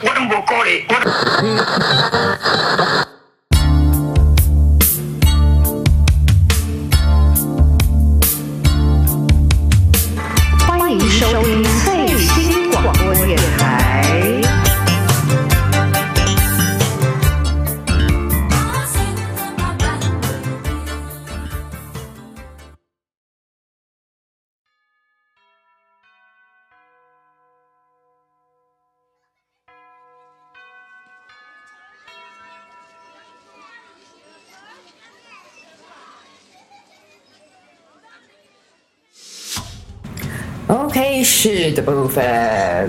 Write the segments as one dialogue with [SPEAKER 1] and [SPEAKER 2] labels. [SPEAKER 1] 鬼！
[SPEAKER 2] 欢迎收听最新广播电台。
[SPEAKER 3] OK，是的部分。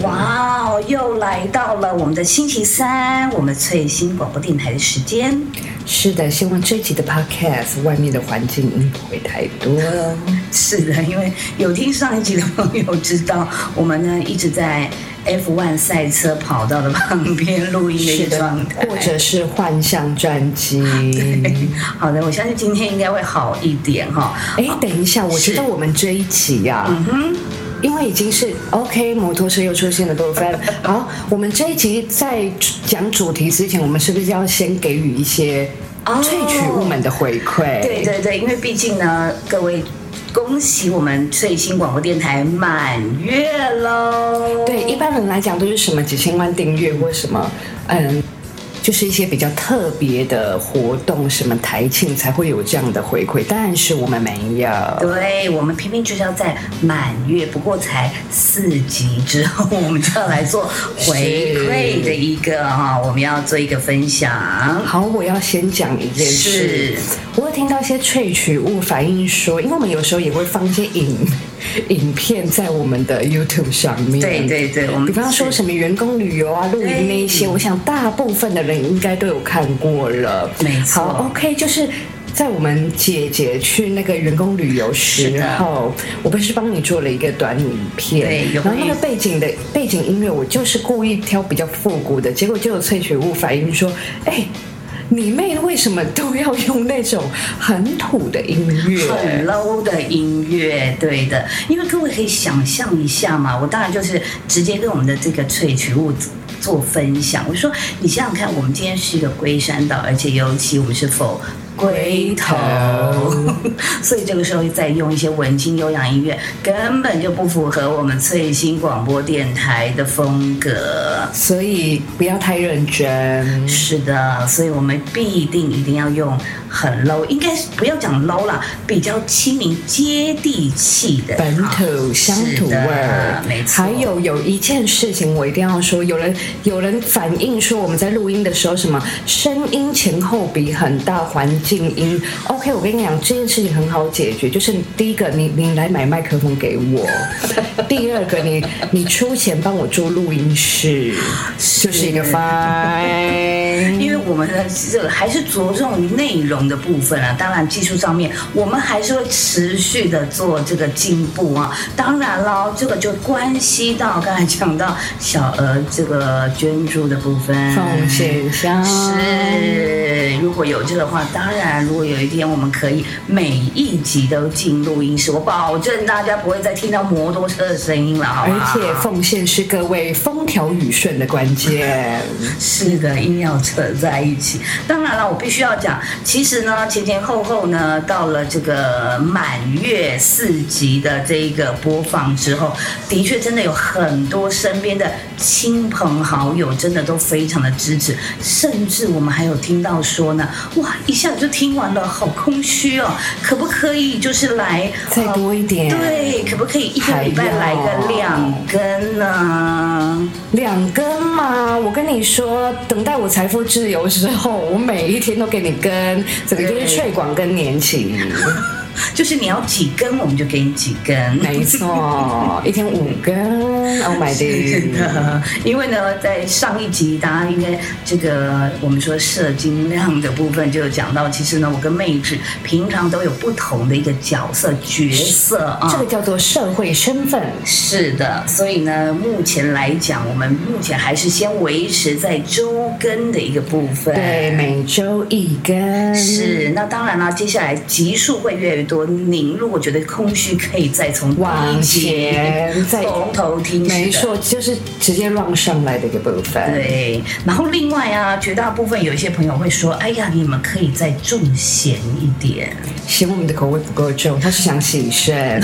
[SPEAKER 4] 哇哦，又来到了我们的星期三，我们最新广播电台的时间。
[SPEAKER 3] 是的，希望这集的 Podcast 外面的环境嗯不会太多哦。
[SPEAKER 4] 是的，因为有听上一集的朋友知道，我们呢一直在 F1 赛车跑道的旁边录音的一个状态。
[SPEAKER 3] 或者是幻象转 机。
[SPEAKER 4] 好的，我相信今天应该会好一点哈、啊
[SPEAKER 3] 哎，等一下，我觉
[SPEAKER 4] 是
[SPEAKER 3] 得我们这一集呀、
[SPEAKER 4] 嗯哼，
[SPEAKER 3] 因为已经是 OK，摩托车又出现了部 分。好，我们这一集在讲主题之前，我们是不是要先给予一些
[SPEAKER 4] 哦
[SPEAKER 3] 萃取物们的回馈？
[SPEAKER 4] 对对对，因为毕竟呢，各位。恭喜我们最新广播电台满月喽！
[SPEAKER 3] 对，一般人来讲都是什么几千万订阅或什么，嗯，就是一些比较特别的活动，什么台庆才会有这样的回馈，但是我们没有。
[SPEAKER 4] 对，我们偏偏就是要在满月，不过才四集之后，我们就要来做回馈的一个哈、我们要做一个分享。
[SPEAKER 3] 好，我要先讲一件事
[SPEAKER 4] 是。
[SPEAKER 3] 我有听到一些萃取物反映说，因为我们有时候也会放一些影影片在我们的 YouTube 上面。
[SPEAKER 4] 对对对我们
[SPEAKER 3] 比方说什么员工旅游啊、露营那一些，
[SPEAKER 4] 对
[SPEAKER 3] 我想大部分的人应该都有看过了。
[SPEAKER 4] 没错
[SPEAKER 3] 好，OK，就是。在我们姐姐去那个员工旅游时
[SPEAKER 4] 是的
[SPEAKER 3] 候，我不是帮你做了一个短影片，
[SPEAKER 4] 对有
[SPEAKER 3] 然后那
[SPEAKER 4] 关于
[SPEAKER 3] 个背景的背景音乐，我就是故意挑比较复古的，结果就有萃取物反映说，哎、你妹为什么都要用那种很土的音
[SPEAKER 4] 很
[SPEAKER 3] 乐？
[SPEAKER 4] low 的音乐，对的，因为各位可以想象一下嘛，我当然就是直接跟我们的这个萃取物做分享。我说，你想想看，我们今天是一个龟山岛，而且尤其我们是否龟 头，所以这个时候再用一些文青悠扬音乐，根本就不符合我们最新广播电台的风格。
[SPEAKER 3] 所以不要太认真。
[SPEAKER 4] 是的，所以我们必定一定要用很 low，应该是不要讲 low 啦，比较亲民、接地气的啊
[SPEAKER 3] 本土乡土味儿
[SPEAKER 4] 是的，没错。
[SPEAKER 3] 还有有一件事情我一定要说，有人有人反映说我们在录音的时候什么声音前后比很大，环境音。OK，我跟你讲这件事情很好解决，就是第一个你你来买麦克风给我，第二个你你出钱帮我租录音室，就是一个 fine。
[SPEAKER 4] 因为我们的这个还是着重于内容的部分啊，当然技术上面我们还是会持续的做这个进步啊。当然喽，这个就关系到刚才讲到小额这个捐助的部分，
[SPEAKER 3] 奉献箱
[SPEAKER 4] 是。如果有这个话，当然，如果有一天我们可以每一集都进录音室，我保证大家不会再听到摩托车的声音了，好不
[SPEAKER 3] 而
[SPEAKER 4] 好？
[SPEAKER 3] 且奉献是各位风调雨顺的关键。
[SPEAKER 4] 是的，硬要扯在一起。当然了，我必须要讲，其实呢，前前后后呢，到了这个满月四集的这一个播放之后，的确真的有很多身边的亲朋好友真的都非常的支持，甚至我们还有听到说呢，哇，一下子就听完了，好空虚哦，可不可以就是来
[SPEAKER 3] 再多一点
[SPEAKER 4] 呃对，可不可以一个礼拜来个两根呢？
[SPEAKER 3] 两根嘛，我跟你说，等待我财富自由之后，我每一天都给你跟，整个就是
[SPEAKER 4] 对
[SPEAKER 3] 睡广跟年期，
[SPEAKER 4] 就是你要几根，我们就给你几根。
[SPEAKER 3] 没错，一天五根，Oh my
[SPEAKER 4] 是
[SPEAKER 3] god，
[SPEAKER 4] 的，因为呢，在上一集大家应该这个我们说射精量的部分就有讲到，其实呢，我跟妹子平常都有不同的一个角色角色啊。
[SPEAKER 3] 这个叫做社会身份。
[SPEAKER 4] 是的，所以呢，目前来讲，我们目前还是先维持在周更的一个部分。
[SPEAKER 3] 对，每周一根。
[SPEAKER 4] 是，那当然啦，接下来集数会越多。您如果觉得空虚，可以再从
[SPEAKER 3] 往前再
[SPEAKER 4] 从头听，
[SPEAKER 3] 没。错，就是直接乱上来的一个部分。
[SPEAKER 4] 对，然后另外啊，绝大部分有一些朋友会说：“哎呀，你们可以再重咸一点。
[SPEAKER 3] 嫌我们的口味不够重，他是想洗肾、”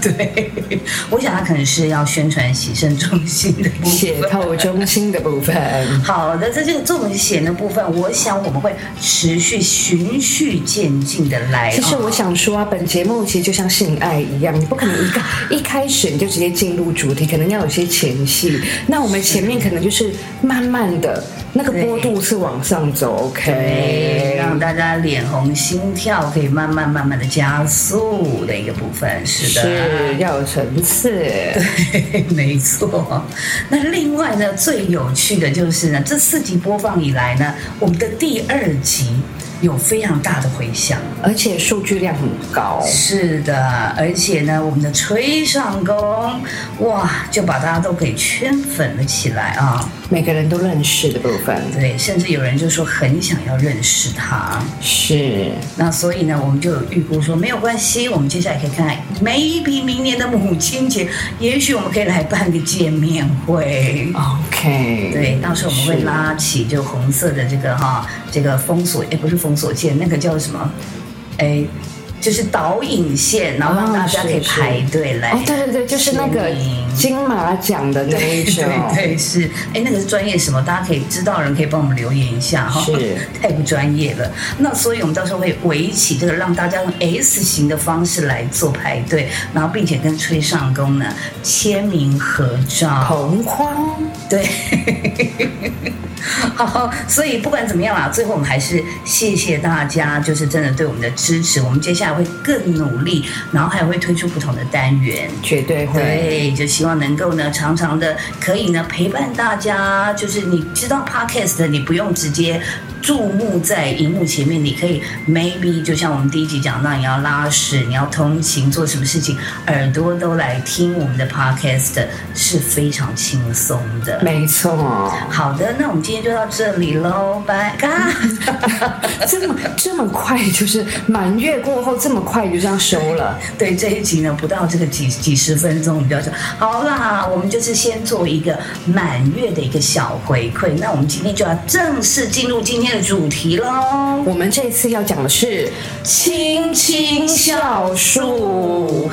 [SPEAKER 4] 对，我想他可能是要宣传洗肾中心的部分
[SPEAKER 3] 血透中心的部分。
[SPEAKER 4] 好的，在这个重咸的部分，我想我们会持续循序渐进的来。
[SPEAKER 3] 其实
[SPEAKER 4] 哦
[SPEAKER 3] 我想说啊，本节目其实就像性爱一样，你不可能一个 一开始你就直接进入主题，可能要有些前戏。那我们前面可能就是慢慢的那个波度是往上走
[SPEAKER 4] 对，
[SPEAKER 3] ，OK。
[SPEAKER 4] 让大家脸红心跳可以慢慢慢慢的加速的一个部分，是的。
[SPEAKER 3] 是要有层次，
[SPEAKER 4] 对， 没错。那另外呢，最有趣的就是呢，这四集播放以来呢，我们的第二集有非常大的回响。
[SPEAKER 3] 而且数据量很高。
[SPEAKER 4] 是的，而且呢，我们的吹上功，哇，就把大家都给圈粉了起来啊！
[SPEAKER 3] 每个人都认识的部分
[SPEAKER 4] 对，甚至有人就说很想要认识他。
[SPEAKER 3] 是
[SPEAKER 4] 那所以呢，我们就有预估说没有关系，我们接下来可以看看，maybe 明年的母亲节，也许我们可以来办个见面会。
[SPEAKER 3] OK，
[SPEAKER 4] 对，到时候我们会
[SPEAKER 3] 是
[SPEAKER 4] 拉起就红色的这个哈，这个封锁也不是封锁线，那个叫什么？哎，就是导引线，然后让
[SPEAKER 3] 哦
[SPEAKER 4] 大家可以
[SPEAKER 3] 是是
[SPEAKER 4] 排队来。
[SPEAKER 3] 哦，对对对，就是那个金马奖的那一种，
[SPEAKER 4] 对对是，哎，那个是专业什么？大家可以知道的人可以帮我们留言一下哈，
[SPEAKER 3] 是
[SPEAKER 4] 太不专业了。那所以我们到时候会围起这个，让大家用 S 型的方式来做排队，然后并且跟崔尚宫呢签名合照。
[SPEAKER 3] 红框
[SPEAKER 4] 对， 好，所以不管怎么样啦，最后我们还是谢谢大家，就是真的对我们的支持。我们接下来会更努力，然后还会推出不同的单元。
[SPEAKER 3] 绝对会。
[SPEAKER 4] 对，就希望能够呢，常常的可以呢陪伴大家。就是你知道 podcast，你不用直接注目在荧幕前面，你可以 maybe 就像我们第一集讲到，你要拉屎，你要通勤，做什么事情，耳朵都来听我们的 podcast 是非常轻松的。
[SPEAKER 3] 没错，
[SPEAKER 4] 好的，那我们今天就到这里喽，拜啊 拜。
[SPEAKER 3] 这么这么快，就是满月过后这么快就这样收了，
[SPEAKER 4] 对这一集呢，不到这个几几十分钟，我们就要说好啦，我们就是先做一个满月的一个小回馈。那我们今天就要正式进入今天的主题喽。
[SPEAKER 3] 我们这次要讲的是青青酵素，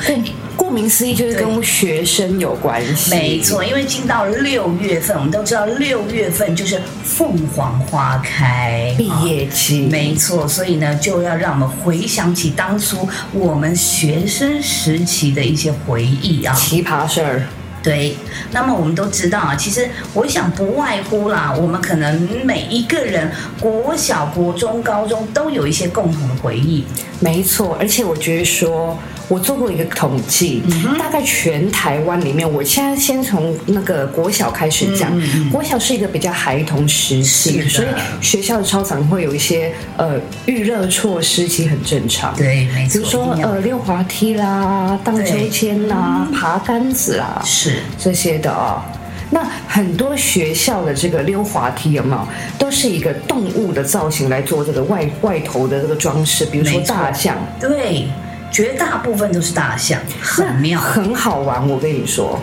[SPEAKER 3] 顾名思义就是跟学生有关系，
[SPEAKER 4] 没错，因为进到六月份，我们都知道六月份就是凤凰花开，
[SPEAKER 3] 毕业季，
[SPEAKER 4] 没错，所以呢，就要让我们回想起当初我们学生时期的一些回忆啊。
[SPEAKER 3] 奇葩事儿，
[SPEAKER 4] 对，那么我们都知道啊，其实我想不外乎啦，我们可能每一个人国小、国中、高中都有一些共同的回忆。
[SPEAKER 3] 没错，而且我觉得说，我做过一个统计，
[SPEAKER 4] 嗯
[SPEAKER 3] 大概全台湾里面，我现在先从那个国小开始讲，
[SPEAKER 4] 嗯嗯
[SPEAKER 3] 国小是一个比较孩童时
[SPEAKER 4] 是
[SPEAKER 3] 期，
[SPEAKER 4] 的
[SPEAKER 3] 所以学校的操场会有一些呃预热措施，其实很正常。
[SPEAKER 4] 对，没
[SPEAKER 3] 比
[SPEAKER 4] 错，
[SPEAKER 3] 如说
[SPEAKER 4] 一定要嗯
[SPEAKER 3] 呃溜滑梯啦、荡秋
[SPEAKER 4] 对
[SPEAKER 3] 千啦、爬杆子啦，
[SPEAKER 4] 是
[SPEAKER 3] 这些的哦。那很多学校的这个溜滑梯有没有，都是一个动物的造型来做这个外外头的这个装饰，比如说
[SPEAKER 4] 没错
[SPEAKER 3] 大象，
[SPEAKER 4] 对，绝大部分都是大象，很妙。
[SPEAKER 3] 很好玩。我跟你说，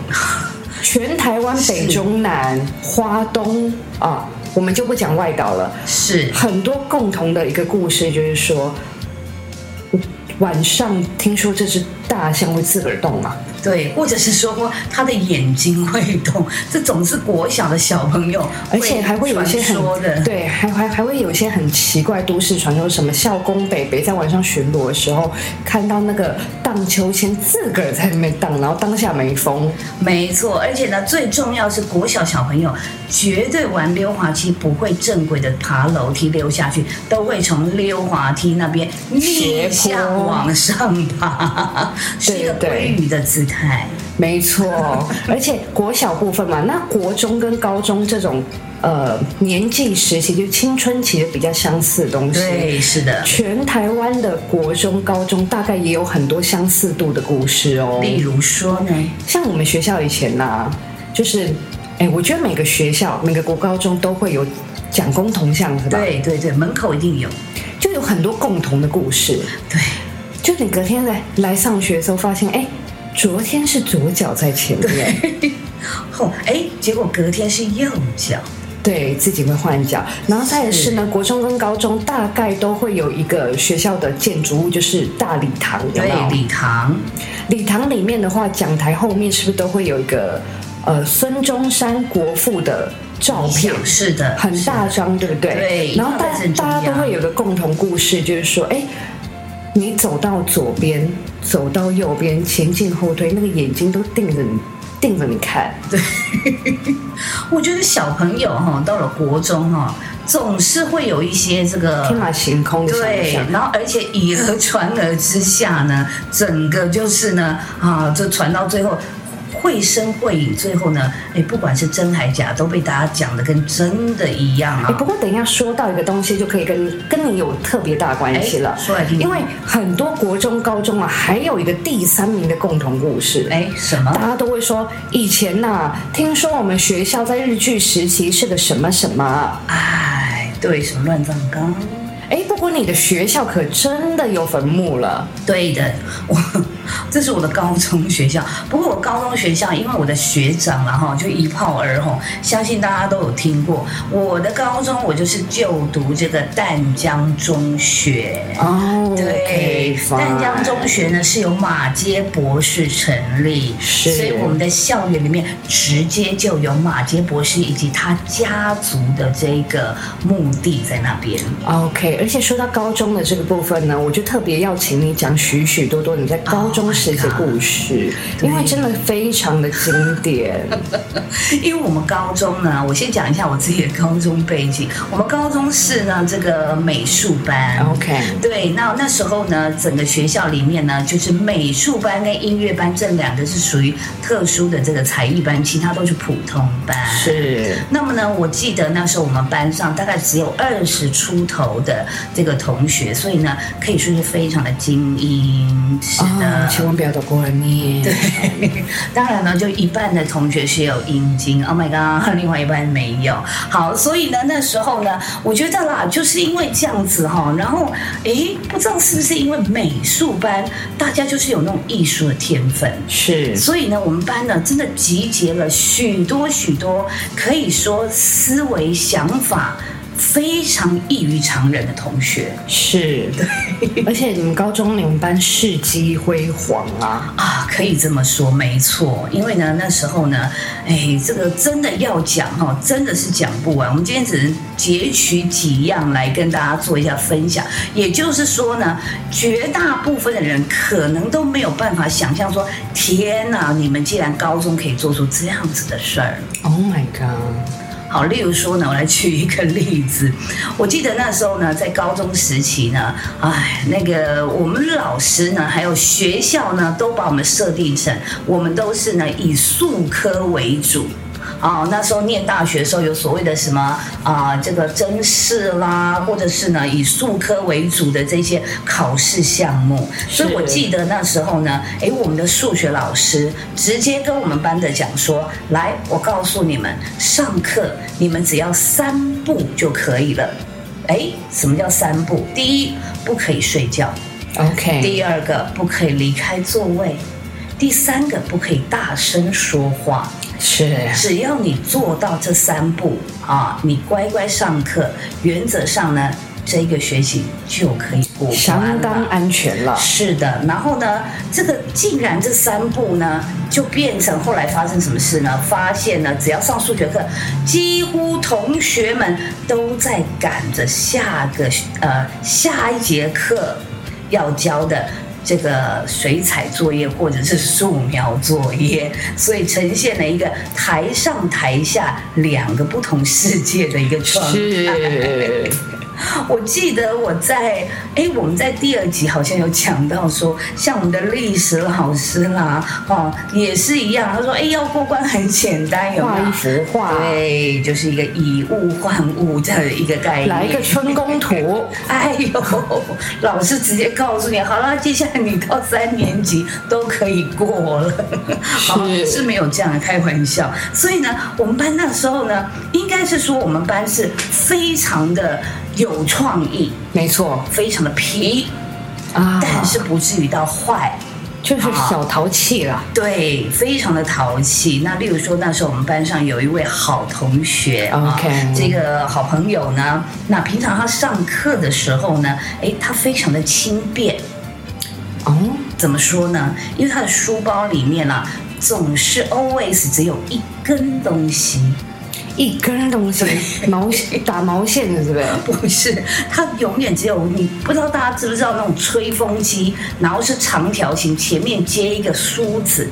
[SPEAKER 3] 全台湾北中南、花东啊，我们就不讲外岛了，
[SPEAKER 4] 是
[SPEAKER 3] 很多共同的一个故事就是说，晚上听说这只大象会自个儿动啊嘛，
[SPEAKER 4] 对，或者是说他的眼睛会动，这总是国小的小朋友，
[SPEAKER 3] 而且还会有一些很
[SPEAKER 4] 说的，
[SPEAKER 3] 对，还还还会有一些很奇怪都市传说，什么校工北北在晚上巡逻的时候看到那个荡秋千自个儿在那边荡，然后当下没风，
[SPEAKER 4] 没错，而且呢，最重要是国小小朋友绝对玩溜滑梯不会正规的爬楼梯溜下去，都会从溜滑梯那边逆向往上爬，是一个规律的姿态。
[SPEAKER 3] 没错，而且国小部分嘛，那国中跟高中这种呃年纪时期，就青春期的比较相似的东西。
[SPEAKER 4] 对，是的。
[SPEAKER 3] 全台湾的国中、高中大概也有很多相似度的故事哦。
[SPEAKER 4] 例如说呢，
[SPEAKER 3] 像我们学校以前呐、就是，哎，我觉得每个学校、每个国高中都会有讲共同项，是吧？，
[SPEAKER 4] 对对对，门口一定有，
[SPEAKER 3] 就有很多共同的故事。
[SPEAKER 4] 对，
[SPEAKER 3] 就你隔天来来上学的时候，发现哎、昨天是左脚在前面，
[SPEAKER 4] 哦，哎，结果隔天是右脚，
[SPEAKER 3] 对自己会换脚。然后再来是呢，国中跟高中大概都会有一个学校的建筑物，就是大礼堂，有没
[SPEAKER 4] 对，
[SPEAKER 3] 有？
[SPEAKER 4] 礼堂，
[SPEAKER 3] 礼堂里面的话，讲台后面是不是都会有一个呃孙中山国父的照片？
[SPEAKER 4] 是的，
[SPEAKER 3] 很大
[SPEAKER 4] 是的
[SPEAKER 3] 张，对不对？
[SPEAKER 4] 对
[SPEAKER 3] 然后大
[SPEAKER 4] 那很重要
[SPEAKER 3] 大家都会有个共同故事，就是说，哎，你走到左边，走到右边，前进后退，那个眼睛都盯着你，盯着你看。
[SPEAKER 4] 我觉得小朋友哈、到了国中哈、总是会有一些这个
[SPEAKER 3] 天马行空的想
[SPEAKER 4] 嗯
[SPEAKER 3] 嗯
[SPEAKER 4] 对
[SPEAKER 3] 象，，
[SPEAKER 4] 然后而且以讹传讹之下呢，整个就是呢，啊，就传到最后。绘声绘影，最后呢，哎，不管是真还假，都被大家讲的跟真的一样
[SPEAKER 3] 哎，
[SPEAKER 4] 啊
[SPEAKER 3] 不。过等一下说到一个东西，就可以跟跟你有特别大关系了
[SPEAKER 4] 哎说来听，听
[SPEAKER 3] 因为很多国中、高中啊，还有一个第三名的共同故事。
[SPEAKER 4] 哎，什么
[SPEAKER 3] 大？家都会说，以前呐、听说我们学校在日据时期是个什么什么啊，
[SPEAKER 4] 哎，对，什么乱葬岗？
[SPEAKER 3] 哎，不过你的学校可真的有坟墓了，
[SPEAKER 4] 对的，我这是我的高中学校。不过我高中学校，因为我的学长啦哈，就一炮而红，相信大家都有听过。我的高中我就是就读这个淡江中学。
[SPEAKER 3] 哦
[SPEAKER 4] 对，淡江中学呢是由马街博士成立，
[SPEAKER 3] 是
[SPEAKER 4] 所以我们的校园里面直接就有马街博士以及他家族的这个墓地在那边。
[SPEAKER 3] OK，而且说到高中的这个部分呢，我就特别要请你讲许许多多你在高中时的故事
[SPEAKER 4] God
[SPEAKER 3] 因为真的非常的经典。
[SPEAKER 4] 因为我们高中呢，我先讲一下我自己的高中背景。我们高中是呢这个美术班
[SPEAKER 3] 啊 OK，
[SPEAKER 4] 对，那那时候呢，整个学校里面呢，就是美术班跟音乐班这两个是属于特殊的这个才艺班，其他都是普通班。。
[SPEAKER 3] 是
[SPEAKER 4] 那么呢，我记得那时候我们班上大概只有二十出头的这个同学，所以呢，可以说是非常的精英。是的。
[SPEAKER 3] 哦，千万不要走过来念。对，
[SPEAKER 4] 当然呢，就一半的同学是有阴茎，Oh my god，另外 一半没有。好，所以呢，那时候呢，我觉得啦，就是因为这样子哈、然后诶，不知道是不是因为美术班大家就是有那种艺术的天分。
[SPEAKER 3] 是
[SPEAKER 4] 所以呢，我们班呢真的集结了许多许多，可以说思维想法非常异于常人的同学。
[SPEAKER 3] 是，而且你们高中你们班事迹辉煌啊，
[SPEAKER 4] 啊，可以这么说，没错。因为呢，那时候呢，哎，这个真的要讲哈，真的是讲不完。我们今天只能截取几样来跟大家做一下分享。也就是说呢，绝大部分的人可能都没有办法想象说，天哪，你们既然高中可以做出这样子的事儿，
[SPEAKER 3] ，Oh my god，
[SPEAKER 4] 好，例如说呢，我来举一个例子。 我记得那时候呢，在高中时期呢，哎，那个我们老师呢，还有学校呢，都把我们设定成我们都是呢以数科为主。哦，那时候念大学的时候有所谓的什么啊、这个真试啦，或者是呢以数科为主的这些考试项目，所以我记得那时候呢，诶，我们的数学老师直接跟我们班的讲说，来，我告诉你们，上课你们只要三步就可以了。诶，什么叫三步？第一，不可以睡觉；
[SPEAKER 3] OK，
[SPEAKER 4] 第二个，不可以离开座位；第三个，不可以大声说话。
[SPEAKER 3] 嗯是
[SPEAKER 4] 只要你做到这三步啊，你乖乖上课，原则上呢，这个学期就可以过关了
[SPEAKER 3] 相当安全了。
[SPEAKER 4] 是的，然后呢，这个竟然这三步呢，就变成后来发生什么事呢？发现呢，只要上数学课，几乎同学们都在赶着下个呃下一节课要交的。这个水彩作业或者是素描作业，所以呈现了一个台上台下两个不同世界的一个状态。
[SPEAKER 3] 是，
[SPEAKER 4] 我记得我在哎，我们在第二集好像有讲到说，像我们的历史老师啦，哦，也是一样，他说哎，要过关很简单，有
[SPEAKER 3] 画
[SPEAKER 4] 没有
[SPEAKER 3] 一？幅画，
[SPEAKER 4] 对，就是一个以物换物这样的一个概念。
[SPEAKER 3] 来一个春宫图，
[SPEAKER 4] 哎呦，老师直接告诉你，好了，接下来你到三年级都可以过了， 好
[SPEAKER 3] 是
[SPEAKER 4] 是没有这样的开玩笑。所以呢，我们班那时候呢，应该是说我们班是非常的有创意，
[SPEAKER 3] 没错，
[SPEAKER 4] 非常的皮。
[SPEAKER 3] 啊
[SPEAKER 4] 但是不至于到坏。
[SPEAKER 3] 就是小淘气啦。
[SPEAKER 4] 对，非常的淘气。那例如说，那时候我们班上有一位好同学啊
[SPEAKER 3] OK
[SPEAKER 4] 这个好朋友呢，那平常他上课的时候呢，诶，他非常的轻便。
[SPEAKER 3] 哦，
[SPEAKER 4] 怎么说呢？因为他的书包里面啊，总是 always 只有一根东西。
[SPEAKER 3] 一根东西，毛线打毛线的，是不是？
[SPEAKER 4] 不是， 它永远只有你不知道大家知不知道那种吹风机，然后是长条形，前面接一个梳子。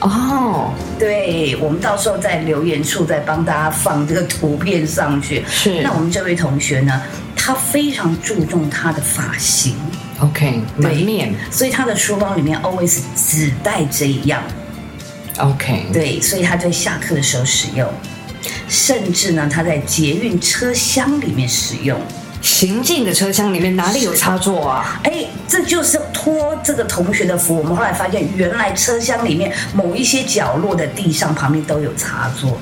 [SPEAKER 3] 哦，
[SPEAKER 4] 对，我们到时候在留言处再帮大家放这个图片上去。
[SPEAKER 3] 是
[SPEAKER 4] 那我们这位同学呢，他非常注重他的发型，
[SPEAKER 3] ，OK，门面
[SPEAKER 4] 所以他的书包里面 always 只带这一样。
[SPEAKER 3] ，OK，
[SPEAKER 4] 对，所以他在下课的时候使用，甚至呢，他在捷运车厢里面使用。
[SPEAKER 3] 行进的车厢里面哪里有插座啊？
[SPEAKER 4] 哎，这就是托这个同学的福。我们后来发现，原来车厢里面某一些角落的地上旁边都有插座。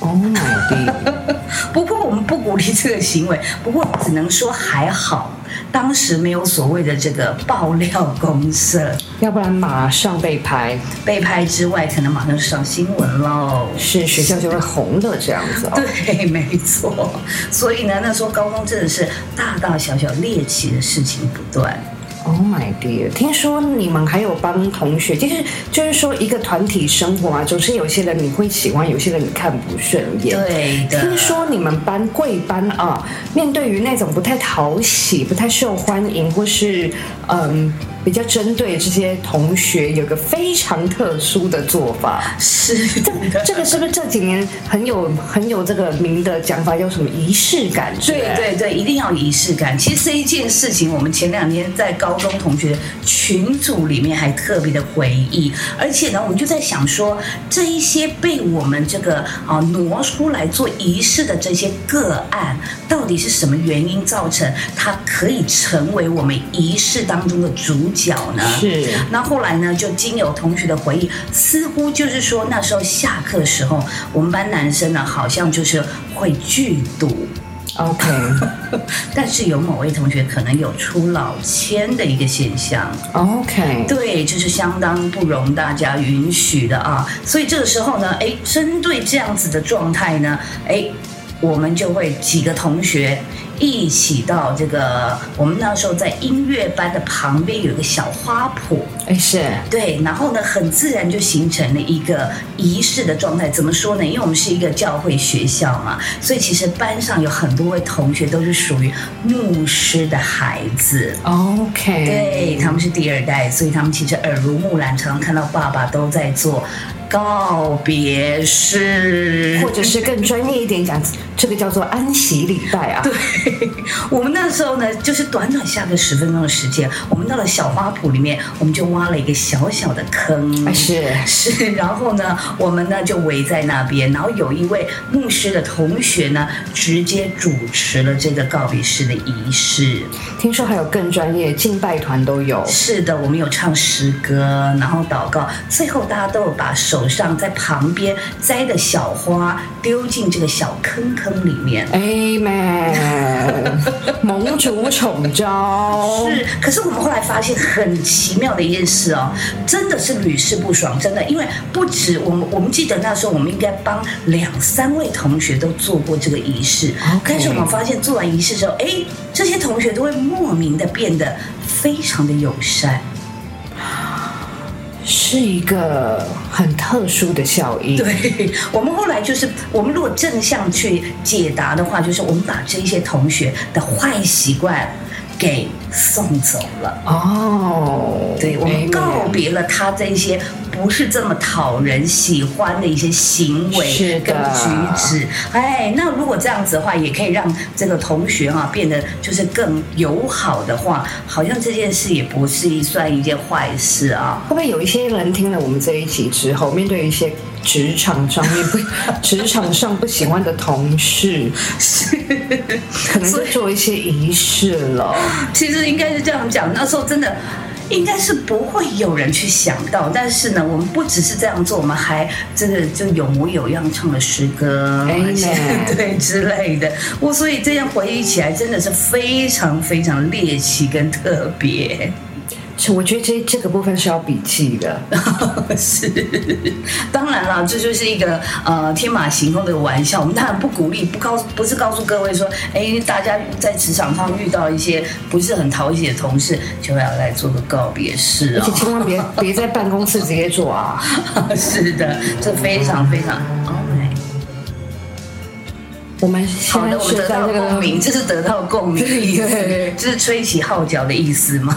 [SPEAKER 3] 哦，my god，
[SPEAKER 4] 不过我们不鼓励这个行为， 不过只能说还好，当时没有所谓的这个爆料公社，
[SPEAKER 3] 要不然马上被拍，
[SPEAKER 4] 被拍之外，可能马上上新闻喽。
[SPEAKER 3] 是学校就会红的这样子哦。
[SPEAKER 4] 对，没错。所以呢，那时候高中真的是大大小小猎奇的事情不断。
[SPEAKER 3] Oh my dear，听说你们还有帮同学，就是就是说一个团体生活啊嘛，总是有些人你会喜欢，有些人你看不顺眼。
[SPEAKER 4] 对的。
[SPEAKER 3] 听说你们班贵班啊，面对于那种不太讨喜、不太受欢迎，或是嗯比较针对这些同学，有个非常特殊的做法。
[SPEAKER 4] 是
[SPEAKER 3] 这这个是不是这几年很有很有这个名的讲法，叫什么仪式感？是不是
[SPEAKER 4] 对，对对，一定要有仪式感。其实这一件事情，我们前两天在高中同学群组里面还特别的回忆，而且呢，我们就在想说，这一些被我们这个啊挪出来做仪式的这些个案，到底是什么原因造成它可以成为我们仪式当中的主角呢？
[SPEAKER 3] 是
[SPEAKER 4] 那后来呢，就经有同学的回忆，似乎就是说那时候下课的时候，我们班男生呢好像就是会剧毒。
[SPEAKER 3] OK，
[SPEAKER 4] 但是有某位同学可能有出老千的一个现象，
[SPEAKER 3] 嗯 OK，
[SPEAKER 4] 对，这是相当不容大家允许的啊。所以这个时候呢，哎，针对这样子的状态呢，哎，我们就会几个同学一起到这个我们那时候在音乐班的旁边有一个小花圃，
[SPEAKER 3] 哎是
[SPEAKER 4] 对，然后呢，很自然就形成了一个仪式的状态。怎么说呢？因为我们是一个教会学校嘛，所以其实班上有很多位同学都是属于牧师的孩子。
[SPEAKER 3] OK，
[SPEAKER 4] 对，他们是第二代，所以他们其实耳濡目染，常常看到爸爸都在做告别式，
[SPEAKER 3] 或者是更专业一点讲，这个叫做安息礼拜啊。
[SPEAKER 4] 我们那时候呢，就是短短下个十分钟的时间，我们到了小花圃里面，我们就挖了一个小小的坑，
[SPEAKER 3] 哎是
[SPEAKER 4] 是， 然后呢，我们呢就围在那边，然后有一位牧师的同学呢，直接主持了这个告别式的仪式。
[SPEAKER 3] 听说还有更专业，敬拜团都有。
[SPEAKER 4] 是的，我们有唱诗歌，然后祷告，最后大家都有把手上在旁边栽的小花丢进这个小坑坑里面。
[SPEAKER 3] Amen，盟主宠招。
[SPEAKER 4] 是，可是我们后来发现很奇妙的一件事哦，真的是屡试不爽，真的，因为不止我们，我们记得那时候我们应该帮两三位同学都做过这个仪式
[SPEAKER 3] OK
[SPEAKER 4] 但是我们发现做完仪式之后，哎，这些同学都会莫名的变得非常的友善。
[SPEAKER 3] 是一个很特殊的效应。
[SPEAKER 4] 对我们后来就是，我们如果正向去解答的话，就是我们把这一些同学的坏习惯给送走了。
[SPEAKER 3] 哦，
[SPEAKER 4] 对，我们
[SPEAKER 3] Amen
[SPEAKER 4] 告别了他这一些不是这么讨人喜欢的一些行
[SPEAKER 3] 是的
[SPEAKER 4] 为跟举止。哎，那如果这样子的话，也可以让这个同学啊变得就是更友好的话，好像这件事也不是一算一件坏事啊。
[SPEAKER 3] 会不会有一些人听了我们这一集之后，面对一些职场上面 不职场上不喜欢的同事，可能就做一些仪式了。
[SPEAKER 4] 其实应该是这样讲，那时候真的。应该是不会有人去想到。但是呢，我们不只是这样做，我们还真的就有模有样唱了诗歌，
[SPEAKER 3] Amen
[SPEAKER 4] 对之类的。我所以这样回忆起来，真的是非常非常猎奇跟特别。
[SPEAKER 3] 是我觉得这这个部分是要笔记的。
[SPEAKER 4] 哦 是，当然了，这就是一个呃天马行空的玩笑。我们当然不鼓励，不告不是告诉各位说，哎，大家在职场上遇到一些不是很讨喜的同事，就要来做个告别式
[SPEAKER 3] 而且
[SPEAKER 4] 哦。
[SPEAKER 3] 千万别别在办公室直接做啊！
[SPEAKER 4] 是的，这非常非常。Alright 哦
[SPEAKER 3] 我们现
[SPEAKER 4] 好的，
[SPEAKER 3] 在
[SPEAKER 4] 我们
[SPEAKER 3] 是
[SPEAKER 4] 得
[SPEAKER 3] 在
[SPEAKER 4] 到
[SPEAKER 3] 这
[SPEAKER 4] 共鸣，
[SPEAKER 3] 个
[SPEAKER 4] 这是得到共鸣的意思
[SPEAKER 3] 对，嗯
[SPEAKER 4] 这是吹起号角的意思吗？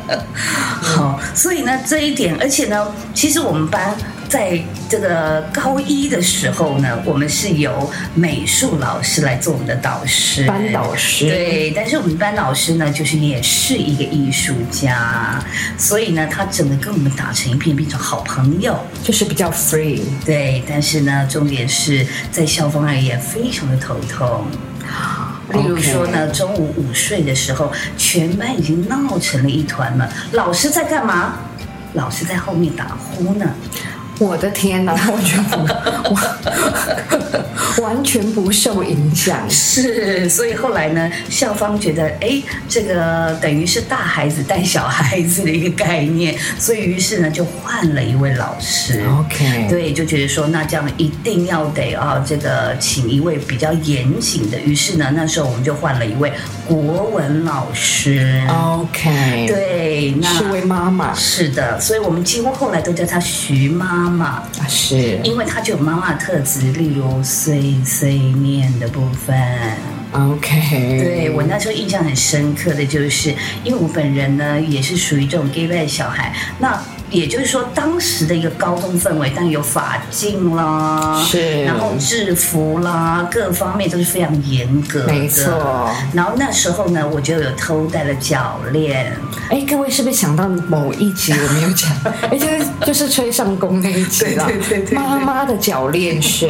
[SPEAKER 4] 好，所以呢这一点，而且呢，其实我们班在这个高一的时候呢，我们是由美术老师来做我们的导师，
[SPEAKER 3] 班导师
[SPEAKER 4] 对，但是我们班老师呢，就是也是一个艺术家，所以呢，他整个跟我们打成一片，变成好朋友。
[SPEAKER 3] 就是比较 free。
[SPEAKER 4] 对，但是呢，重点是在校方而言非常的头痛。例如说呢中午午睡的时候，全班已经闹成了一团了。老师在干嘛？老师在后面打呼呢。
[SPEAKER 3] 我的天哪， 我觉得我完全不受影响。
[SPEAKER 4] 是，所以后来呢，校方觉得，哎，这个等于是大孩子带小孩子的一个概念，所以于是呢，就换了一位老师。
[SPEAKER 3] OK，
[SPEAKER 4] 对，就觉得说那这样一定要得啊，这个请一位比较严谨的。于是呢，那时候我们就换了一位国文老师。
[SPEAKER 3] ，OK，，
[SPEAKER 4] 对，那
[SPEAKER 3] 嗯是位妈妈，
[SPEAKER 4] 是的，所以我们几乎后来都叫她徐妈妈，
[SPEAKER 3] 啊是
[SPEAKER 4] 因为她就有妈妈的特质，例如碎碎念的部分。
[SPEAKER 3] ，OK，
[SPEAKER 4] 对我那时候印象很深刻的就是，因为我本人呢也是属于这种 gay 的小孩，那也就是说当时的一个高中氛围，当然有法禁啦，
[SPEAKER 3] 是
[SPEAKER 4] 然后制服啦，各方面都是非常严格的，
[SPEAKER 3] 没错。
[SPEAKER 4] 然后那时候呢，我就有偷戴了脚链，
[SPEAKER 3] 哎，各位是不是想到某一集我们有 讲？哎，就是就是吹上宫那一集啦，
[SPEAKER 4] 对对对对对
[SPEAKER 3] 妈妈的脚链 声，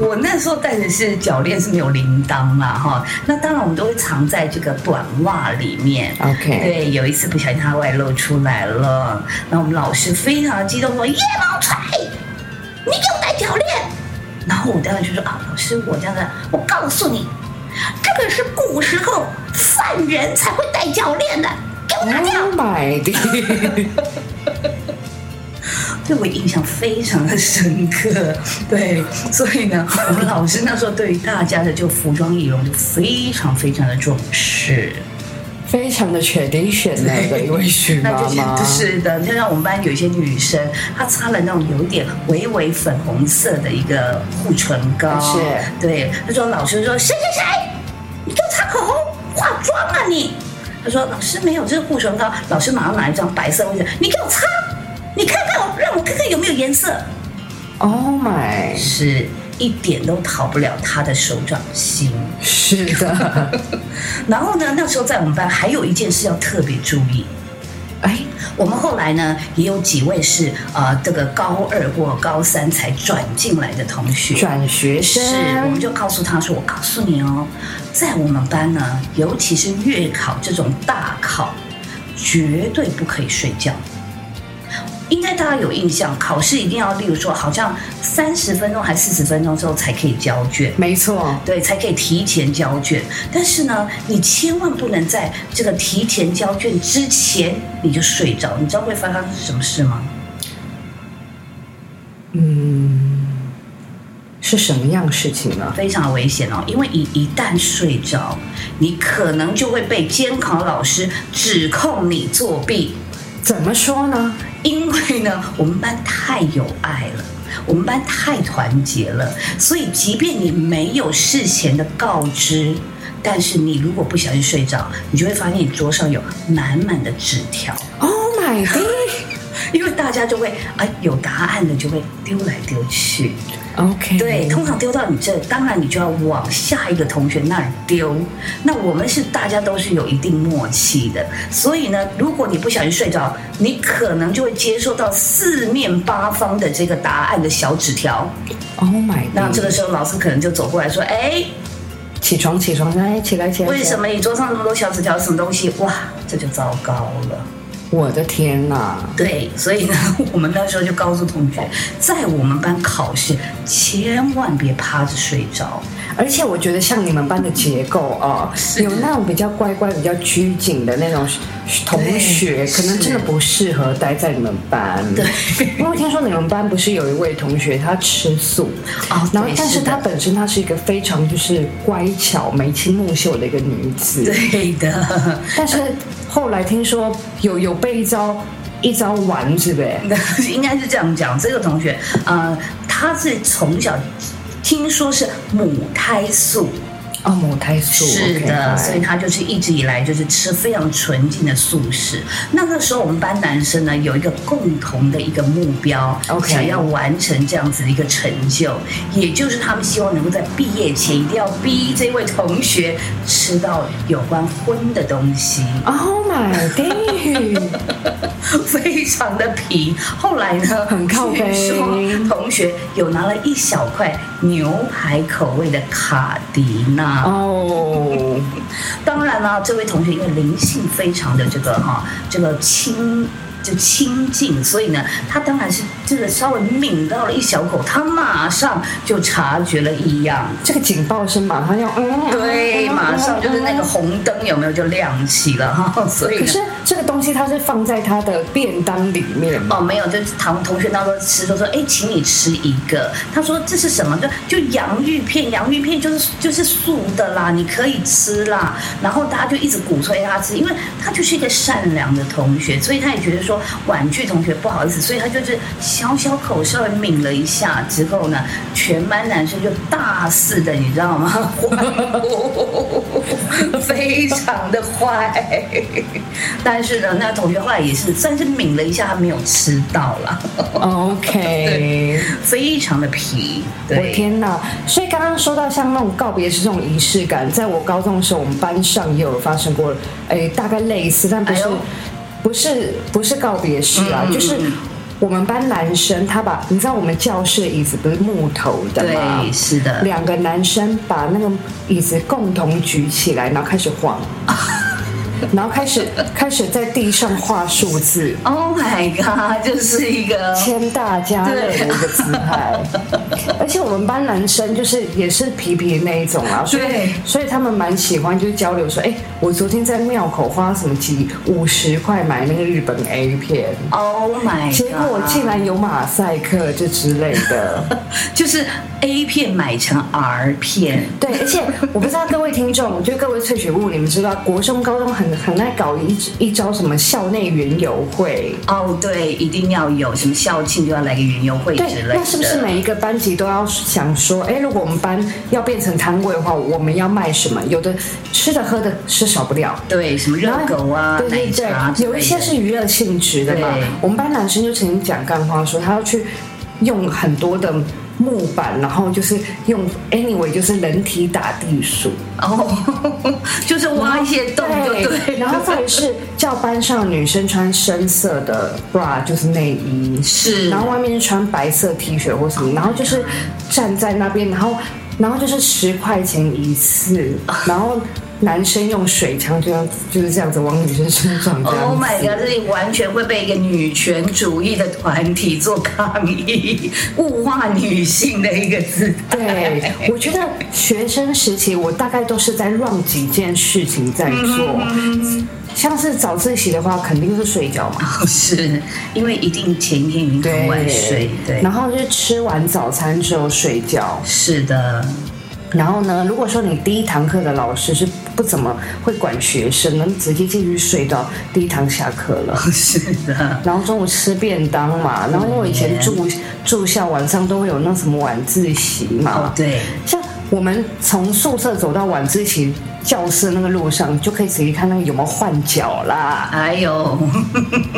[SPEAKER 4] 我那时候戴的是脚链是没有铃铛啦，哈。那当然我们都会藏在这个短袜里面。
[SPEAKER 3] OK
[SPEAKER 4] 对，有一次不小心它外露出来了，然后我们老师非常的激动说：“叶毛钏，你给我戴脚链！”然后我当时就说：“啊，老师，我这样的，我告诉你，这个是古时候犯人才会戴脚链的，给我拿掉。
[SPEAKER 3] Oh my god！
[SPEAKER 4] 对我印象非常的深刻。对，所以呢，我们老师那时候对于大家的就服装仪容就非常非常的重视。
[SPEAKER 3] 非常的 tradition 的一位徐
[SPEAKER 4] 那
[SPEAKER 3] 妈
[SPEAKER 4] 就是
[SPEAKER 3] 妈，
[SPEAKER 4] 是的，就像我们班有一些女生，她擦了那种有点微微粉红色的一个护唇膏，
[SPEAKER 3] 是
[SPEAKER 4] 对。她说老师说谁谁谁，你给我擦口红化妆啊你。她说老师没有，这是护唇膏。老师马上拿一张白色卫生，你给我擦，你看看我，让我看看有没有颜色。
[SPEAKER 3] Oh my，
[SPEAKER 4] 是一点都逃不了他的手掌心。
[SPEAKER 3] 是的，
[SPEAKER 4] 然后呢，那时候在我们班还有一件事要特别注意。
[SPEAKER 3] 哎，
[SPEAKER 4] 我们后来呢，也有几位是呃，这个高二或高三才转进来的同学。
[SPEAKER 3] 转学
[SPEAKER 4] 是，我们
[SPEAKER 3] 生
[SPEAKER 4] 就告诉他说：“我告诉你哦，在我们班呢，尤其是月考这种大考，绝对不可以睡觉。应该大家有印象，考试一定要，例如说，好像三十分钟还四十分钟之后才可以交卷。”
[SPEAKER 3] 没错，
[SPEAKER 4] 对，才可以提前交卷。但是呢，你千万不能在这个提前交卷之前你就睡着，你知道会发生什么事吗？
[SPEAKER 3] 是什么样事情呢？
[SPEAKER 4] 非常危险哦，因为你一旦睡着，你可能就会被监考老师指控你作弊。
[SPEAKER 3] 怎么说呢？
[SPEAKER 4] 因为呢，我们班太有爱了，我们班太团结了，所以即便你没有事前的告知，但是你如果不小心睡着，你就会发现你桌上有满满的纸条，
[SPEAKER 3] ？Oh my god！OK，、
[SPEAKER 4] 因为大家就会啊有答案的就会丢来丢去，
[SPEAKER 3] OK
[SPEAKER 4] 对，通常丢到你这，当然你就要往下一个同学那儿丢。那我们是大家都是有一定默契的，所以呢，如果你不小心睡着，你可能就会接收到四面八方的这个答案的小纸条。
[SPEAKER 3] ，Oh my，
[SPEAKER 4] 那这个时候老师可能就走过来说：“哎，
[SPEAKER 3] 起床起床，哎，起来起来，
[SPEAKER 4] 为什
[SPEAKER 3] 么？
[SPEAKER 4] 么你桌上那么多小纸条，什么东西？哇，这就糟糕了。
[SPEAKER 3] 我的天哪、
[SPEAKER 4] 对，所以呢， 我们那时候就告诉同学，在我们班考试千万别趴着睡着。
[SPEAKER 3] 而且我觉得像你们班的结构哦，
[SPEAKER 4] 是
[SPEAKER 3] 有那种比较乖乖、比较拘谨的那种同学，
[SPEAKER 4] 对
[SPEAKER 3] 可能真的不适合待在你们班。
[SPEAKER 4] 对，
[SPEAKER 3] 因为听说你们班不是有一位同学他吃素，
[SPEAKER 4] 哦
[SPEAKER 3] 然后
[SPEAKER 4] 对
[SPEAKER 3] 但是
[SPEAKER 4] 是的
[SPEAKER 3] 她本身她是一个非常就是乖巧、眉清目秀的一个女子，
[SPEAKER 4] 对的，
[SPEAKER 3] 但是后来听说有有被一招一招丸子呗，
[SPEAKER 4] 应该是这样讲。这个同学，呃，他是从小听说是母胎素，
[SPEAKER 3] 哦，母胎素，
[SPEAKER 4] 是
[SPEAKER 3] OK，
[SPEAKER 4] 的，
[SPEAKER 3] 拜
[SPEAKER 4] 所以他就是一直以来就是吃非常纯净的素食。那个时候我们班男生呢有一个共同的一个目标
[SPEAKER 3] OK
[SPEAKER 4] 想要完成这样子的一个成就，也就是他们希望能够在毕业前一定要逼这位同学吃到有关荤的东西。
[SPEAKER 3] Oh my god！
[SPEAKER 4] 非常的皮。后来呢，
[SPEAKER 3] 很靠背
[SPEAKER 4] 据说同学有拿了一小块牛排口味的卡迪娜。
[SPEAKER 3] 哦，
[SPEAKER 4] 当然啦，这位同学因为灵性非常的这个哈，这个清。就清净，所以呢，他当然是这个稍微抿到了一小口，他马上就察觉了异样，
[SPEAKER 3] 这个警报声马上要，嗯
[SPEAKER 4] 对， 马上就是那个。红灯有没有就亮起了哈，所以
[SPEAKER 3] 可
[SPEAKER 4] 呢。
[SPEAKER 3] 是这个东西它是放在他的便当里面 嘛？
[SPEAKER 4] 哦，没有，就是同同学当中吃，都说，哎，请你吃一个。他说这是什么？就就洋芋片，洋芋片就是就是素的啦，你可以吃啦。然后大家就一直鼓吹他吃，因为他就是一个善良的同学，所以他也觉得说婉拒同学不好意思，所以他就是小小口稍微抿了一下之后呢，全班男生就大肆的，你知道吗？ 欢呼，非常的坏。但是呢，那同学后来也是算是抿了一下，他没有吃到啦，
[SPEAKER 3] OK，
[SPEAKER 4] 非常的皮。
[SPEAKER 3] 我
[SPEAKER 4] 对，
[SPEAKER 3] 天哪！所以刚刚说到像那种告别式这种仪式感，在我高中的时候，我们班上也有发生过，哎，大概类似，但不是、
[SPEAKER 4] 哎呦
[SPEAKER 3] 不是不是告别式啊，
[SPEAKER 4] 嗯嗯嗯
[SPEAKER 3] 就是我们班男生他把你知道我们教室的椅子不是木头的吗？
[SPEAKER 4] 对，是的，
[SPEAKER 3] 两个男生把那个椅子共同举起来，然后开始 晃，然后开始开始在地上画数字，
[SPEAKER 4] Oh my god，就是 一个
[SPEAKER 3] 谦大家乐的一个姿态。而且我们班男生就是也是皮皮那一种啊，所以
[SPEAKER 4] 对
[SPEAKER 3] 所以他们蛮喜欢就是交流说，哎，我昨天在庙口花什么几五十块买那个日本 A 片。
[SPEAKER 4] Oh my，
[SPEAKER 3] 结果
[SPEAKER 4] god
[SPEAKER 3] 竟然有马赛克这之类的，
[SPEAKER 4] 就是 A 片买成 R 片，
[SPEAKER 3] 对，而且我不知道各位听众，就各位萃取物，你们知道国中、高中很很爱搞一一招什么校内园游会，
[SPEAKER 4] 哦，对，一定要有什么校庆就要来个园游会之
[SPEAKER 3] 对
[SPEAKER 4] 类，的，
[SPEAKER 3] 那是不是每一个班级都要想说，哎，如果我们班要变成摊位的话，我们要卖什么？有的吃的喝的是少不了。
[SPEAKER 4] 对什么热狗啊、
[SPEAKER 3] 对对
[SPEAKER 4] 奶茶之
[SPEAKER 3] 对，
[SPEAKER 4] 类的，
[SPEAKER 3] 有一些是娱乐性质的嘛
[SPEAKER 4] 对。
[SPEAKER 3] 我们班男生就曾经讲干话说，他要去用很多的木板，然后就是用 anyway 就是人体打地鼠，
[SPEAKER 4] 哦， 就是挖一些洞就对了，
[SPEAKER 3] 然后再来是叫班上女生穿深色的 bra，就是内衣，
[SPEAKER 4] 是
[SPEAKER 3] 然后外面穿白色 T 恤或什么，然后就是站在那边，然后然后就是十块钱一次，然后男生用水枪就样就是这样子往女生身上这样
[SPEAKER 4] Oh
[SPEAKER 3] 子。
[SPEAKER 4] my god！这里完全会被一个女权主义的团体做抗议，物化女性的一个姿态。
[SPEAKER 3] 对，我觉得学生时期我大概都是在乱几件事情在
[SPEAKER 4] 嗯
[SPEAKER 3] 做，像是早自习的话，肯定是睡觉嘛。
[SPEAKER 4] 哦，是因为一定前一天已经很晚睡，对，
[SPEAKER 3] 然后就是吃完早餐之后睡觉。
[SPEAKER 4] 是的，
[SPEAKER 3] 然后呢，如果说你第一堂课的老师是不怎么会管学生，能直接继续睡到第一堂下课 了。
[SPEAKER 4] 是的，
[SPEAKER 3] 然后中午吃便当
[SPEAKER 4] 嗯
[SPEAKER 3] 嘛，然后因为以前住住校，晚上都会有那什么晚自习
[SPEAKER 4] 哦
[SPEAKER 3] 嘛，，
[SPEAKER 4] 对，
[SPEAKER 3] 像我们从宿舍走到晚自习教室那个路上，就可以仔细看那个有没有换脚啦。
[SPEAKER 4] 哎呦，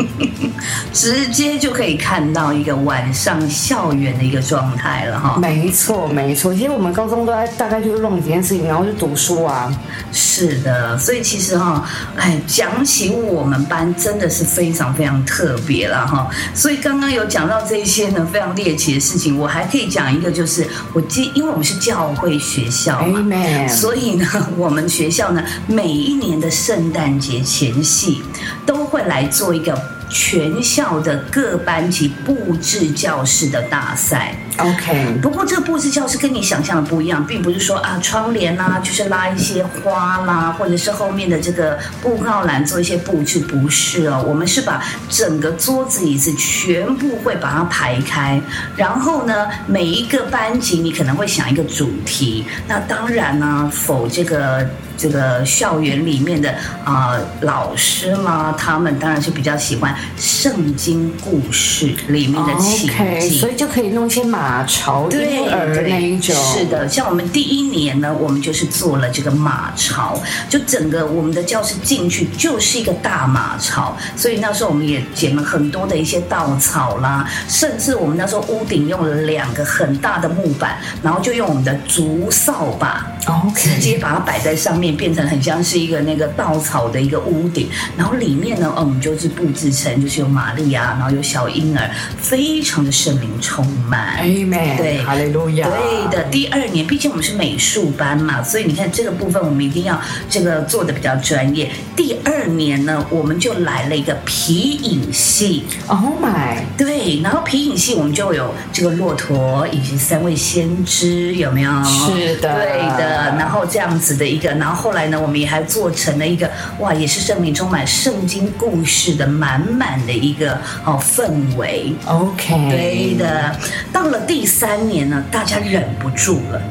[SPEAKER 4] 直接就可以看到一个晚上校园的一个状态了哈。
[SPEAKER 3] 没错，没错。其实我们高中都在大概就是弄几件事情，然后就读书啊。
[SPEAKER 4] 是的，所以其实哈、哎，讲起我们班真的是非常非常特别了哈、所以刚刚有讲到这些呢非常猎奇的事情，我还可以讲一个，就是我记，因为我们是教会备学
[SPEAKER 3] 哎
[SPEAKER 4] 校嘛，
[SPEAKER 3] Amen
[SPEAKER 4] 所以呢，我们学校呢，每一年的圣诞节前夕都会来做一个全校的各班级布置教室的大赛。
[SPEAKER 3] OK，
[SPEAKER 4] 嗯不过这个布置教室跟你想象的不一样，并不是说啊窗帘啦、就是拉一些花啦，或者是后面的这个布告栏做一些布置，不是哦。我们是把整个桌子椅子全部会把它排开，然后呢，每一个班级你可能会想一个主题，那当然呢、啊否这个。这个校园里面的啊、呃老师嘛，他们当然是比较喜欢圣经故事里面的情
[SPEAKER 3] 哦 OK，
[SPEAKER 4] 景
[SPEAKER 3] 所以就可以弄一些马槽、
[SPEAKER 4] 对
[SPEAKER 3] 婴儿那一种。
[SPEAKER 4] 是的，像我们第一年呢，我们就是做了这个马槽，就整个我们的教室进去就是一个大马槽，所以那时候我们也捡了很多的一些稻草啦，甚至我们那时候屋顶用了两个很大的木板，然后就用我们的竹扫把。直
[SPEAKER 3] ，OK，
[SPEAKER 4] 接把它摆在上面，变成很像是一个那个稻草的一个屋顶，然后里面呢，哦，我们就是布置成就是有玛利亚，然后有小婴儿，非常的圣灵充满。
[SPEAKER 3] ，Amen，
[SPEAKER 4] 对
[SPEAKER 3] 哈利路亚，
[SPEAKER 4] 对的，第二年，毕竟我们是美术班嘛，所以你看这个部分我们一定要这个做的比较专业。第二年呢，我们就来了一个皮影戏，
[SPEAKER 3] ，Oh my，
[SPEAKER 4] 对，然后皮影戏我们就有这个骆驼以及三位先知，有没有？
[SPEAKER 3] 是的
[SPEAKER 4] 对的。然后这样子的一个，然后后来呢，我们也还做成了一个，哇，也是圣灵充满圣经故事的满满的一个哦氛围。
[SPEAKER 3] OK，
[SPEAKER 4] 对的，到了第三年呢，大家忍不住了，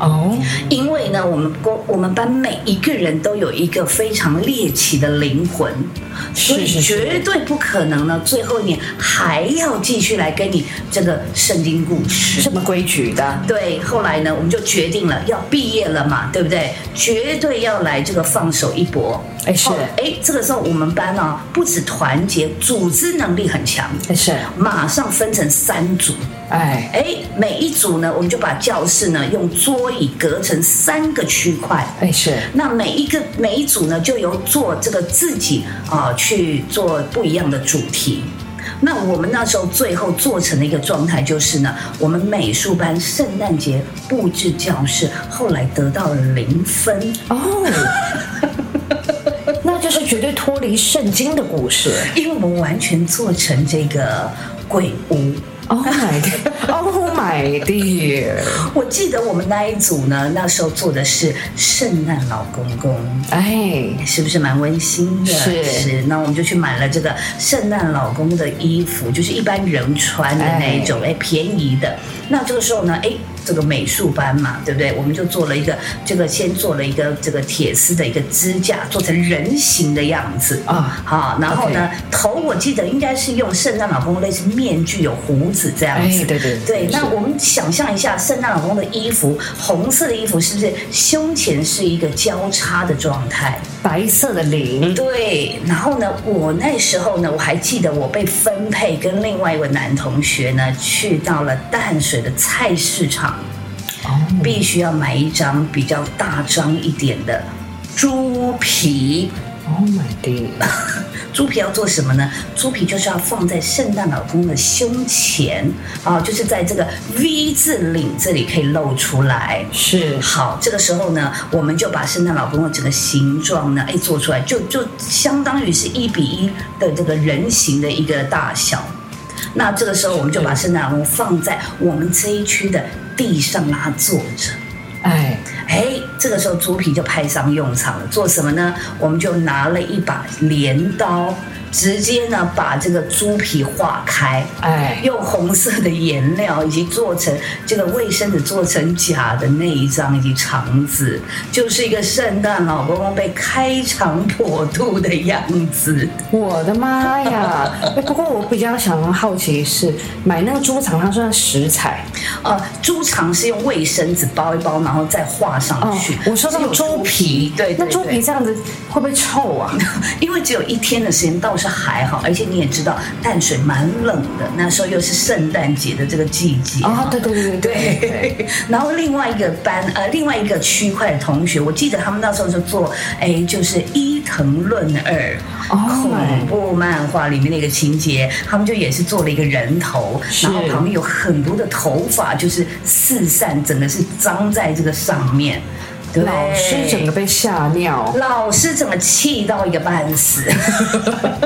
[SPEAKER 3] 哦，
[SPEAKER 4] 因为呢，我们公我们班每一个人都有一个非常猎奇的灵魂，所以
[SPEAKER 3] 是是是
[SPEAKER 4] 绝对不可能呢，最后一年还要继续来跟你这个圣经故事。
[SPEAKER 3] 什么规矩的？
[SPEAKER 4] 对，后来呢，我们就决定了要毕业了嘛，对不对？绝对要来这个放手一搏。
[SPEAKER 3] 哎是
[SPEAKER 4] 哦哎，这个时候我们班呢、不止团结，组织能力很强，
[SPEAKER 3] 哎是，
[SPEAKER 4] 马上分成三组。
[SPEAKER 3] 哎，
[SPEAKER 4] 哎，每一组呢，我们就把教室呢用桌椅隔成三个区块。
[SPEAKER 3] 哎是，
[SPEAKER 4] 那每一个每一组呢，就由做这个自己啊、去做不一样的主题。那我们那时候最后做成的一个状态就是呢，我们美术班圣诞节布置教室，后来得到了零分。
[SPEAKER 3] 哦。那就是绝对脱离圣经的故事。
[SPEAKER 4] 因为我们完全做成这个鬼屋。
[SPEAKER 3] Oh my god！Oh my dear！
[SPEAKER 4] 我记得我们那一组呢，那时候做的是圣诞老公公，
[SPEAKER 3] 哎，
[SPEAKER 4] 是不是蛮温馨的？
[SPEAKER 3] 是
[SPEAKER 4] 那我们就去买了这个圣诞老公的衣服，就是一般人穿的那一种，哎，便宜的。那这个时候呢，哎。这个美术班嘛，对不对？我们就做了一个这个，先做了一个这个铁丝的一个支架，做成人形的样子
[SPEAKER 3] 啊
[SPEAKER 4] 好，然后呢头我记得应该是用圣诞老公类似面具，有胡子这样子。
[SPEAKER 3] 哎对对对
[SPEAKER 4] 对，那
[SPEAKER 3] 是
[SPEAKER 4] 我们想象一下，圣诞老公的衣服，红色的衣服是不是胸前是一个交叉的状态？
[SPEAKER 3] 白色的灵，
[SPEAKER 4] 对，然后呢，我那时候呢，我还记得我被分配跟另外一位男同学呢，去到了淡水的菜市场，
[SPEAKER 3] 哦，
[SPEAKER 4] 必须要买一张比较大张一点的猪皮。
[SPEAKER 3] Oh my dear！
[SPEAKER 4] 猪皮要做什么呢？猪皮就是要放在圣诞老公的胸前啊，就是在这个 V 字领这里可以露出来。
[SPEAKER 3] 是
[SPEAKER 4] 好，这个时候呢，我们就把圣诞老公的整个形状呢，哎，做出来，就就相当于是一比一的这个人形的一个大小。那这个时候，我们就把圣诞老公放在我们这一区的地上，让它坐着。
[SPEAKER 3] 哎，
[SPEAKER 4] 哎，这个时候猪皮就派上用场了。做什么呢？我们就拿了一把镰刀，直接呢把这个猪皮划开。
[SPEAKER 3] 哎，
[SPEAKER 4] 用红色的颜料，以及做成这个卫生纸做成假的那一张以及肠子，就是一个圣诞老公公被开肠破肚的样子。
[SPEAKER 3] 我的妈呀！哎不过我比较想好奇是买那个猪肠，它算食材
[SPEAKER 4] 呃，猪肠是用卫生纸包一包，然后再画上
[SPEAKER 3] 哦
[SPEAKER 4] 去。。
[SPEAKER 3] 我说那
[SPEAKER 4] 只有
[SPEAKER 3] 个猪皮，
[SPEAKER 4] 对对
[SPEAKER 3] 那猪
[SPEAKER 4] 对
[SPEAKER 3] 皮这样子会不会臭啊？
[SPEAKER 4] 因为只有一天的时间，到是还好，而且你也知道淡水蛮冷的，那时候又是圣诞节的这个季节
[SPEAKER 3] 哦，对对对对对，
[SPEAKER 4] 对，然后另外一个班呃，另外一个区块的同学，我记得他们那时候是做哎，就是伊藤润二恐
[SPEAKER 3] 哦，
[SPEAKER 4] 怖漫画里面的一个情节，他们就也是做了一个人头，
[SPEAKER 3] 是
[SPEAKER 4] 然后旁边有很多的头发，就是四散，整个是脏在这个上面。对
[SPEAKER 3] 老师整个被吓尿，
[SPEAKER 4] 老师整个气到一个半死。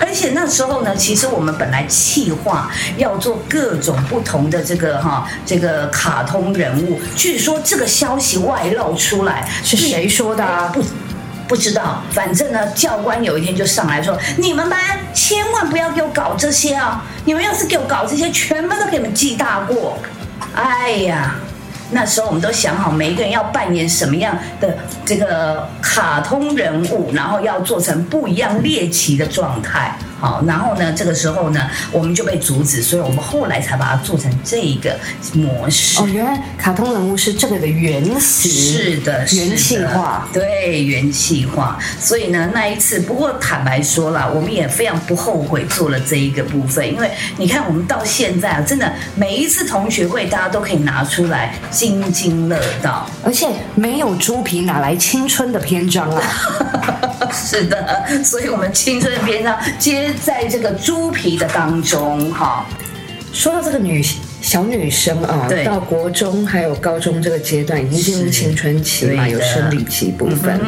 [SPEAKER 4] 而且那时候呢，其实我们本来气化要做各种不同的这个哈、这个卡通人物，据说这个消息外露出来
[SPEAKER 3] 是谁说的啊
[SPEAKER 4] 不不知道，反正呢，教官有一天就上来说：“你们班千万不要给我搞这些啊！你们要是给我搞这些，全班都给你们记大过。”哎呀，那时候我们都想好，每一个人要扮演什么样的这个卡通人物，然后要做成不一样猎奇的状态。好，然后呢，这个时候呢，我们就被阻止，所以我们后来才把它做成这一个模式。
[SPEAKER 3] 哦，原来卡通人物是这个的原型，
[SPEAKER 4] 是的，是的
[SPEAKER 3] 元气化，
[SPEAKER 4] 对，元气化。所以呢，那一次，不过坦白说了，我们也非常不后悔做了这一个部分，因为你看，我们到现在啊，真的每一次同学会，大家都可以拿出来津津乐道。
[SPEAKER 3] 而且没有猪皮哪来青春的篇章啊？
[SPEAKER 4] 是的，所以我们青春的篇章皆在这个猪皮的当中，哈。
[SPEAKER 3] 说到这个女小女生啊
[SPEAKER 4] 对，
[SPEAKER 3] 到国中还有高中这个阶段，已经进入
[SPEAKER 4] 是
[SPEAKER 3] 青春期嘛，
[SPEAKER 4] 对的嗯
[SPEAKER 3] 有生理期部分。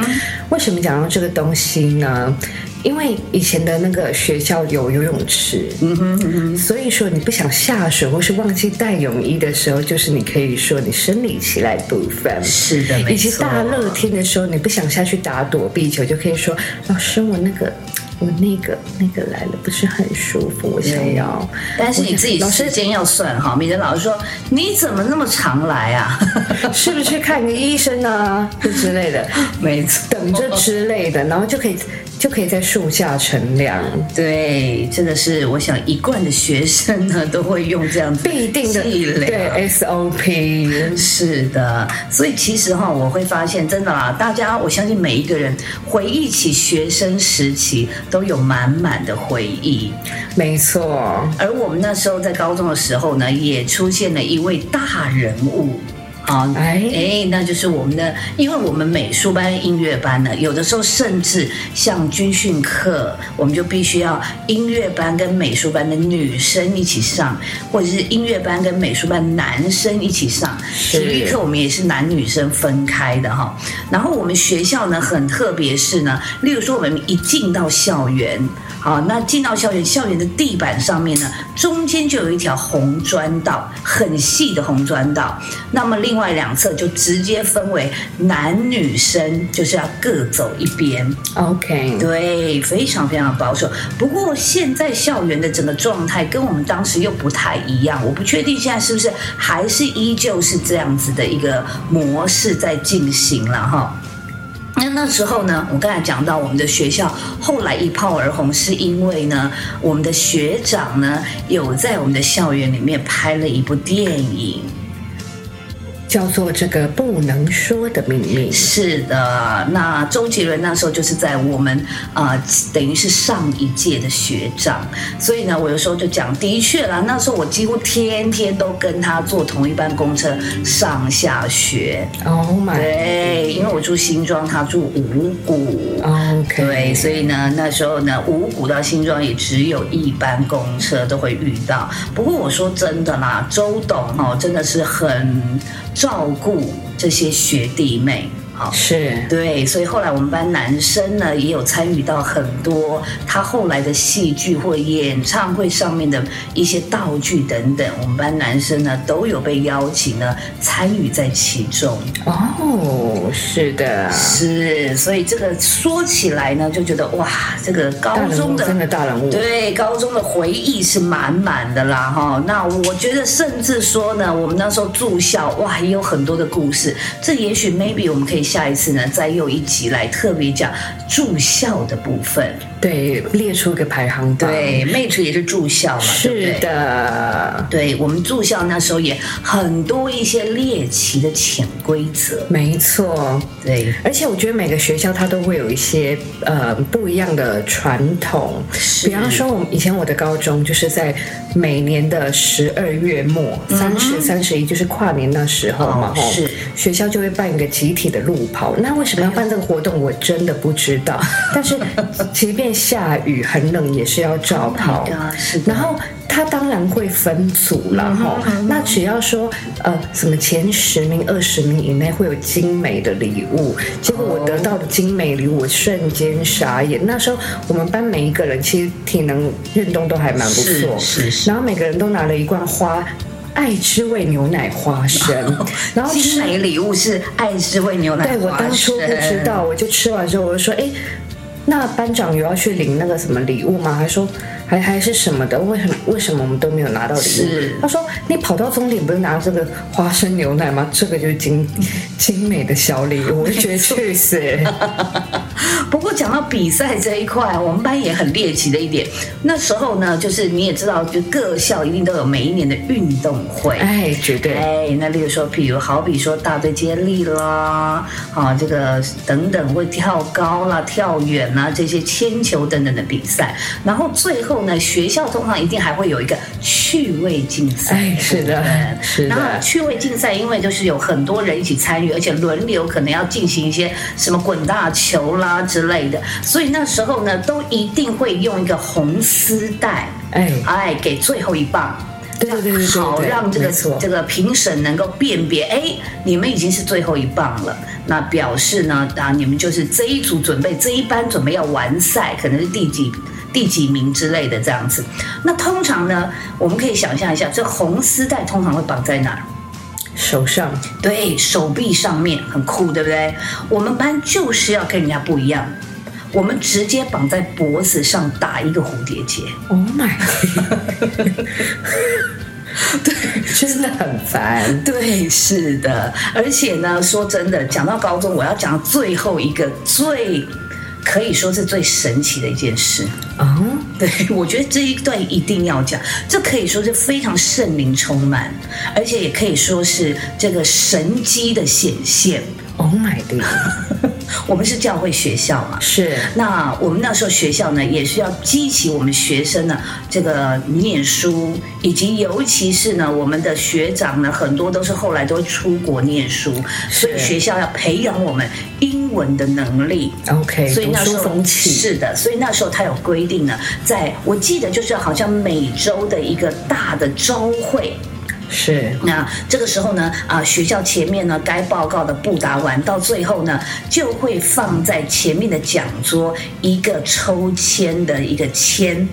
[SPEAKER 3] 为什么讲到这个东西呢？因为以前的那个学校有游泳池，
[SPEAKER 4] 嗯哼嗯哼，
[SPEAKER 3] 所以说你不想下水或是忘记带泳衣的时候，就是你可以说你生理期来部分。
[SPEAKER 4] 是的，没
[SPEAKER 3] 以及
[SPEAKER 4] 错
[SPEAKER 3] 大热天的时候，你不想下去打躲避球，就可以说老师，我那个。我那个那个来了，不是很舒服，我想要。
[SPEAKER 4] 但是你自己
[SPEAKER 3] 老
[SPEAKER 4] 时
[SPEAKER 3] 师
[SPEAKER 4] 间要算哈，免得老师说你怎么那么常来啊？
[SPEAKER 3] 是不是看个医生啊，就之类的，
[SPEAKER 4] 没错，
[SPEAKER 3] 等着之类的，然后就可以就可以在树下乘凉，
[SPEAKER 4] 对，这个是我想一贯的学生呢都会用这样子
[SPEAKER 3] 必定的
[SPEAKER 4] 伎俩。
[SPEAKER 3] 对哎 SOP
[SPEAKER 4] 是的，所以其实哈、我会发现，真的啦，大家我相信每一个人回忆起学生时期，都有满满的回忆。
[SPEAKER 3] 没错，
[SPEAKER 4] 而我们那时候在高中的时候呢，也出现了一位大人物。啊，哎
[SPEAKER 3] 哎
[SPEAKER 4] 那就是我们的，因为我们美术班、音乐班呢，有的时候甚至像军训课，我们就必须要音乐班跟美术班的女生一起上，或者是音乐班跟美术班男生一起上。体
[SPEAKER 3] 是
[SPEAKER 4] 育课我们也是男女生分开的哈。然后我们学校呢很特别是呢，例如说我们一进到校园，好，那进到校园，校园的地板上面呢，中间就有一条红砖道，很细的红砖道。那么另外两侧就直接分为男女生，就是要各走一边。
[SPEAKER 3] ，OK，
[SPEAKER 4] 对，非常非常保守。不过现在校园的整个状态跟我们当时又不太一样，我不确定现在是不是还是依旧是这样子的一个模式在进行了哈。那那时候呢，我刚才讲到我们的学校后来一炮而红，是因为呢，我们的学长呢有在我们的校园里面拍了一部电影，
[SPEAKER 3] 叫做这个不能说的秘密，
[SPEAKER 4] 是的，那周杰伦那时候就是在我们啊、呃等于是上一届的学长，所以呢，我有时候就讲，的确啦，那时候我几乎天天都跟他坐同一班公车上下学，
[SPEAKER 3] ，Oh my，OK，、
[SPEAKER 4] 对，因为我住新庄，他住五股。对，所以呢，那时候呢，五股到新庄也只有一班公车都会遇到。不过我说真的啦，周董哦，真的是很照顾这些学弟妹。好，
[SPEAKER 3] 是
[SPEAKER 4] 对，所以后来我们班男生呢也有参与到很多他后来的戏剧或演唱会上面的一些道具等等，我们班男生呢都有被邀请呢参与在其中。
[SPEAKER 3] 哦，是的，
[SPEAKER 4] 是，所以这个说起来呢，就觉得哇，这个高
[SPEAKER 3] 大人
[SPEAKER 4] 中
[SPEAKER 3] 物
[SPEAKER 4] 的
[SPEAKER 3] 真的大人物，
[SPEAKER 4] 对，高中的回忆是满满的啦哈。那我觉得，甚至说呢，我们那时候住校，哇，也有很多的故事。这也许 maybe 我们可以下一次呢，再用一集来特别讲住校的部分。
[SPEAKER 3] 对列出一个排行榜。
[SPEAKER 4] 对，妹厨也是住校嘛，对不
[SPEAKER 3] 啊是
[SPEAKER 4] 对？
[SPEAKER 3] 的，
[SPEAKER 4] 对我们住校那时候也很多一些猎奇的潜规则，
[SPEAKER 3] 没错。
[SPEAKER 4] 对，
[SPEAKER 3] 而且我觉得每个学校它都会有一些呃不一样的传统，
[SPEAKER 4] 是
[SPEAKER 3] 比方说我们以前我的高中就是在每年的十二月末三十、三十一就是跨年那时候嘛，
[SPEAKER 4] 嗯哦
[SPEAKER 3] 吼
[SPEAKER 4] 是
[SPEAKER 3] 学校就会办一个集体的路跑。那为什么要办这个活动，我真的不知 道。但是即便下雨很冷，也是要照跑。
[SPEAKER 4] 对啊，是的
[SPEAKER 3] 然后他当然会分组
[SPEAKER 4] 嗯
[SPEAKER 3] 了哈、那只要说呃什么前十名、二十名以内会有精美的礼物，结果我得到的精美礼物，我瞬间傻眼。那时候我们班每一个人其实体能运动都还蛮不
[SPEAKER 4] 是
[SPEAKER 3] 错，
[SPEAKER 4] 是是，
[SPEAKER 3] 然后每个人都拿了一罐花。爱之味牛奶花 生，然后
[SPEAKER 4] 精
[SPEAKER 3] 吃
[SPEAKER 4] 美礼物是爱之味牛奶
[SPEAKER 3] 对我
[SPEAKER 4] 花
[SPEAKER 3] 当初不知
[SPEAKER 4] 生
[SPEAKER 3] 道，我就吃完之后我就说，哎，那班长有要去领那个什么礼物吗？还说还还是什么的？为什么为什么我们都没有拿到礼
[SPEAKER 4] 是
[SPEAKER 3] 物？他说你跑到终点不是拿这个花生牛奶吗？这个就是精精美的小礼物，我就觉得去死。
[SPEAKER 4] 不过讲到比赛这一块，我们班也很猎奇的一点。那时候呢，就是你也知道，就各校一定都有每一年的运动会。
[SPEAKER 3] 哎，绝对
[SPEAKER 4] 哎，那例如说，比如好比说大队接力啦，啊，这个等等会跳高啦、跳远啦这些铅球等等的比赛，然后最后呢，学校通常一定还会有一个趣味竞赛。
[SPEAKER 3] 哎是的
[SPEAKER 4] 对不对
[SPEAKER 3] 是的
[SPEAKER 4] 然后趣味竞赛，因为就是有很多人一起参与，而且轮流可能要进行一些什么滚大球啦之类的，所以那时候呢，都一定会用一个红丝带，
[SPEAKER 3] 哎，
[SPEAKER 4] 哎，给最后一棒。
[SPEAKER 3] 对对对对对
[SPEAKER 4] 好
[SPEAKER 3] 对
[SPEAKER 4] 让这个
[SPEAKER 3] 没错
[SPEAKER 4] 这个评审能够辨别，哎，你们已经是最后一棒了，那表示呢啊，你们就是这一组准备这一班准备要完赛，可能是第几第几名之类的这样子。那通常呢，我们可以想象一下，这红丝带通常会绑在哪儿？
[SPEAKER 3] 手上
[SPEAKER 4] 对手臂上面很酷，对不对？我们班就是要跟人家不一样，我们直接绑在脖子上打一个蝴蝶结。
[SPEAKER 3] ，Oh my，对，真的很烦。
[SPEAKER 4] 对，是的，而且呢，说真的，讲到高中，我要讲最后一个最可以说是最神奇的一件事。
[SPEAKER 3] 啊，
[SPEAKER 4] 对，我觉得这一段一定要讲，这可以说是非常圣灵充满，而且也可以说是这个神机的显现。
[SPEAKER 3] Oh my god，
[SPEAKER 4] 我们是教会学校嘛，
[SPEAKER 3] 是
[SPEAKER 4] 那我们那时候学校呢，也是要激起我们学生呢这个念书，以及尤其是呢我们的学长呢，很多都是后来都出国念书，所以学校要培养我们英文的能力。
[SPEAKER 3] OK，
[SPEAKER 4] 所以
[SPEAKER 3] 读
[SPEAKER 4] 那时
[SPEAKER 3] 书
[SPEAKER 4] 候
[SPEAKER 3] 风气
[SPEAKER 4] 是的，所以那时候他有规定呢，在我记得就是好像每周的一个大的周会，
[SPEAKER 3] 是
[SPEAKER 4] 那这个时候呢，啊，学校前面呢该报告的布达完，到最后呢就会放在前面的讲桌一个抽签的一个签。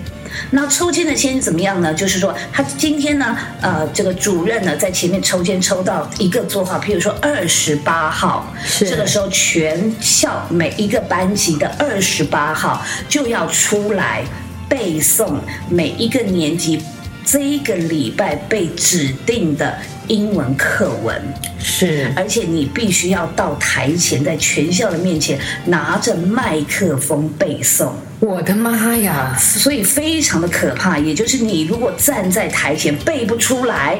[SPEAKER 4] 那抽签的签怎么样呢？就是说，他今天呢，呃，这个主任呢在前面抽签抽到一个座号，譬如说二十八号，
[SPEAKER 3] 是
[SPEAKER 4] 这个时候全校每一个班级的二十八号就要出来背诵每一个年级这一个礼拜被指定的英文课文，
[SPEAKER 3] 是
[SPEAKER 4] 而且你必须要到台前，在全校的面前拿着麦克风背诵。
[SPEAKER 3] 我的妈呀！
[SPEAKER 4] 所以非常的可怕。也就是你如果站在台前背不出来，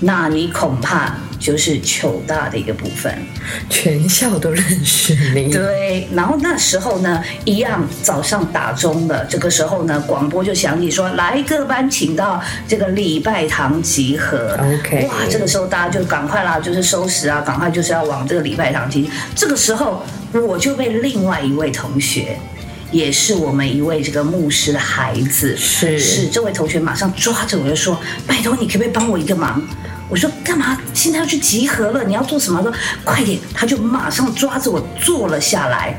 [SPEAKER 4] 那你恐怕就是糗大的一个部分。
[SPEAKER 3] 全校都认识你，
[SPEAKER 4] 对，然后那时候呢，一样早上打钟了，这个时候呢，广播就响起说，来各班请到这个礼拜堂集合。
[SPEAKER 3] OK
[SPEAKER 4] 哇，这个时候大家就赶快啦，就是收拾啊，赶快就是要往这个礼拜堂集。这个时候我就被另外一位同学。也是我们一位这个牧师的孩子，
[SPEAKER 3] 是
[SPEAKER 4] 是这位同学马上抓着我就说：“拜托，你可不可以帮我一个忙？”我说：“干嘛？现在要去集合了，你要做什么？”他说：“快点！”他就马上抓着我坐了下来。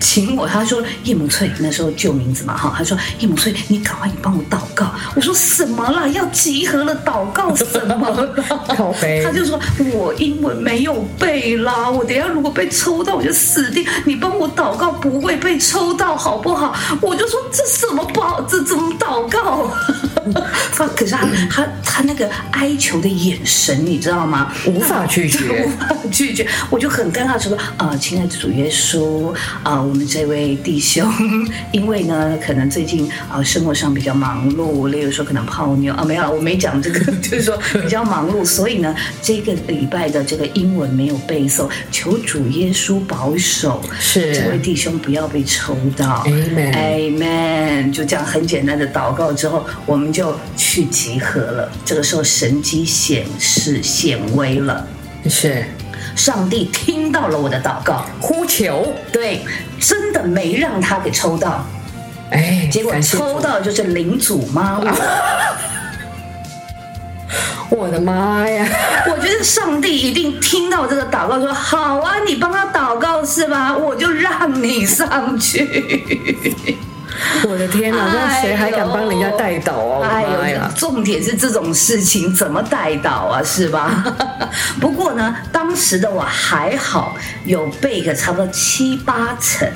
[SPEAKER 4] 请我，他说叶母翠那时候旧名字嘛哈，他说叶母翠，你赶快你帮我祷告。我说什么啦？要集合了，祷告什么啦
[SPEAKER 3] 靠背
[SPEAKER 4] 他就说我英文没有背啦，我等一下如果被抽到我就死定。你帮我祷告不会被抽 到好不好？我就说这什么不好，这怎么祷告？他可是他他他那个哀求的眼神，你知道吗？
[SPEAKER 3] 无法拒绝
[SPEAKER 4] 无法拒绝。我就很尴尬说啊、呃亲爱的主耶稣啊、我们这位弟兄，因为呢，可能最近啊、呃生活上比较忙碌，例如说可能泡妞啊，没有，我没讲这个， 就是说比较忙碌，所以呢，这个礼拜的这个英文没有背诵，求主耶稣保守，
[SPEAKER 3] 是
[SPEAKER 4] 这位弟兄不要被抽到。
[SPEAKER 3] Amen
[SPEAKER 4] Amen，就这样很简单的祷告之后，我们就去集合了。这个时候神机显示显微了，
[SPEAKER 3] 是
[SPEAKER 4] 上帝听到了我的祷告，
[SPEAKER 3] 呼求，
[SPEAKER 4] 对，真的没让他给抽到，
[SPEAKER 3] 哎，
[SPEAKER 4] 结果
[SPEAKER 3] 感谢
[SPEAKER 4] 抽到的就是领主妈妈。
[SPEAKER 3] 我的妈呀！
[SPEAKER 4] 我觉得上帝一定听到这个祷告，说：“好啊，你帮他祷告是吧？我就让你上去。
[SPEAKER 3] 我的天哪，那谁还敢帮人家带导啊？我
[SPEAKER 4] 哎
[SPEAKER 3] 的妈
[SPEAKER 4] 呦，
[SPEAKER 3] 呀！
[SPEAKER 4] 重点是这种事情怎么带导啊，是吧？ 不过呢，当时的我还好，有背个差不多七八成。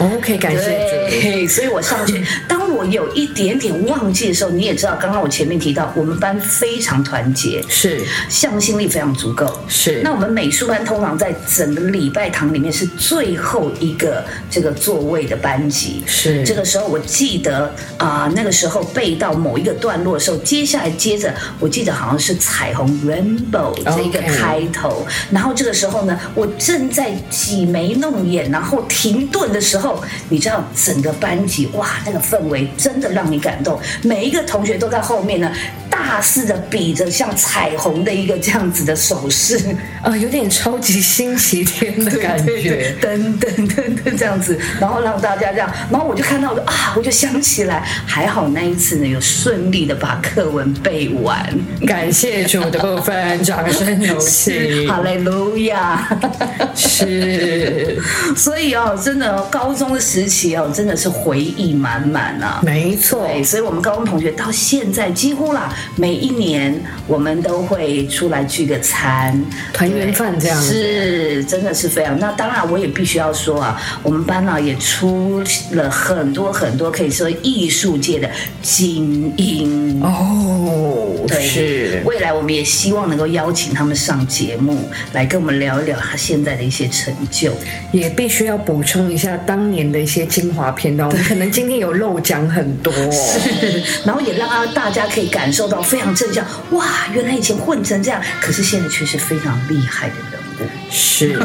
[SPEAKER 3] OK，感谢主。
[SPEAKER 4] 哎对，所以我 上去，当我有一点点忘记的时候，你也知道，刚刚我前面提到，我们班非常团结，
[SPEAKER 3] 是
[SPEAKER 4] 向心力非常足够。
[SPEAKER 3] 是，
[SPEAKER 4] 那我们美术班通常在整个礼拜堂里面是最后一个这个座位的班级。
[SPEAKER 3] 是
[SPEAKER 4] 这个时候我记得啊、那个时候背到某一个段落的时候，接下来接着我记得好像是彩虹 rainbow 这一个
[SPEAKER 3] OK
[SPEAKER 4] 开头。然后这个时候呢，我正在挤眉弄眼，然后停顿的时候，你知道整个班级哇，那个氛围真的让你感动，每一个同学都在后面呢。大肆的比着像彩虹的一个这样子的手势，
[SPEAKER 3] 啊，有点超级星期天的感
[SPEAKER 4] 对对
[SPEAKER 3] 觉。
[SPEAKER 4] 对噔噔噔噔这样子，然后让大家这样，然后我就看到我就啊，我就想起来，还好那一次呢，有顺利的把课文背完，
[SPEAKER 3] 感谢主的部分，掌声 有请。
[SPEAKER 4] 哈利路亚。
[SPEAKER 3] 是，
[SPEAKER 4] 所以哦，真的、哦、高中的时期哦，真的是回忆满满啊。
[SPEAKER 3] 没错，
[SPEAKER 4] 对，所以我们高中同学到现在几乎啦，每一年我们都会出来聚个餐，
[SPEAKER 3] 团圆饭这样子
[SPEAKER 4] 是真的是非常。那当然，我也必须要说啊，我们班呢、也出了很多很多可以说艺术界的精英。
[SPEAKER 3] 哦，
[SPEAKER 4] 对，
[SPEAKER 3] 是
[SPEAKER 4] 未来我们也希望能够邀请他们上节目，来跟我们聊一聊他现在的一些成就。
[SPEAKER 3] 也必须要补充一下当年的一些精华片段，我们可能今天有漏讲很多、哦。
[SPEAKER 4] 是， 然后也让他大家可以感受到非常正向，哇，原来以前混成这样，可是现在却是非常厉害的 人物。
[SPEAKER 3] 是，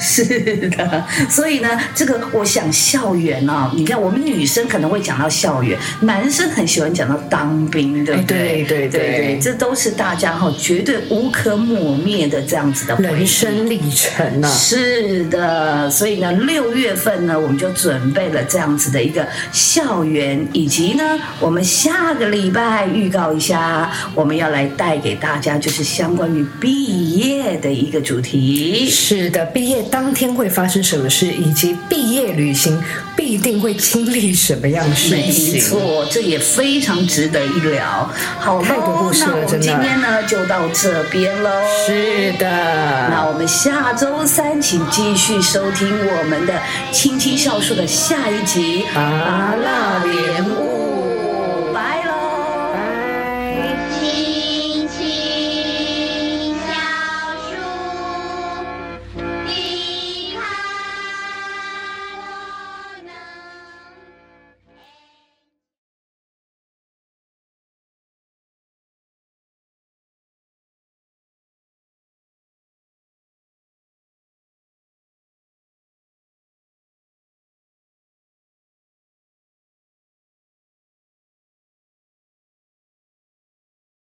[SPEAKER 4] 是的，所以呢，这个我想校园啊，你看我们女生可能会讲到校园，男生很喜欢讲到当兵，对不对？
[SPEAKER 3] 哎对对
[SPEAKER 4] 对
[SPEAKER 3] 对
[SPEAKER 4] 这都是大家哈、绝对无可磨灭的这样子的回忆
[SPEAKER 3] 人生历程啊呐、
[SPEAKER 4] 是的，所以呢，六月份呢，我们就准备了这样子的一个校园，以及呢，我们下个礼拜预告一下，我们要来带给大家就是相关于毕业的一个主题。
[SPEAKER 3] 是的，毕业当天会发生什么事，以及毕业旅行必定会经历什么样的事
[SPEAKER 4] 没
[SPEAKER 3] 情。
[SPEAKER 4] 错，这也非常值得一聊。好咯，
[SPEAKER 3] 太多故事了
[SPEAKER 4] 那我
[SPEAKER 3] 真的
[SPEAKER 4] 们今天呢就到这边喽。
[SPEAKER 3] 是
[SPEAKER 4] 那
[SPEAKER 3] 的，
[SPEAKER 4] 我们下周三请继续收听我们的《青青校树》的下一集《
[SPEAKER 3] 麻辣莲雾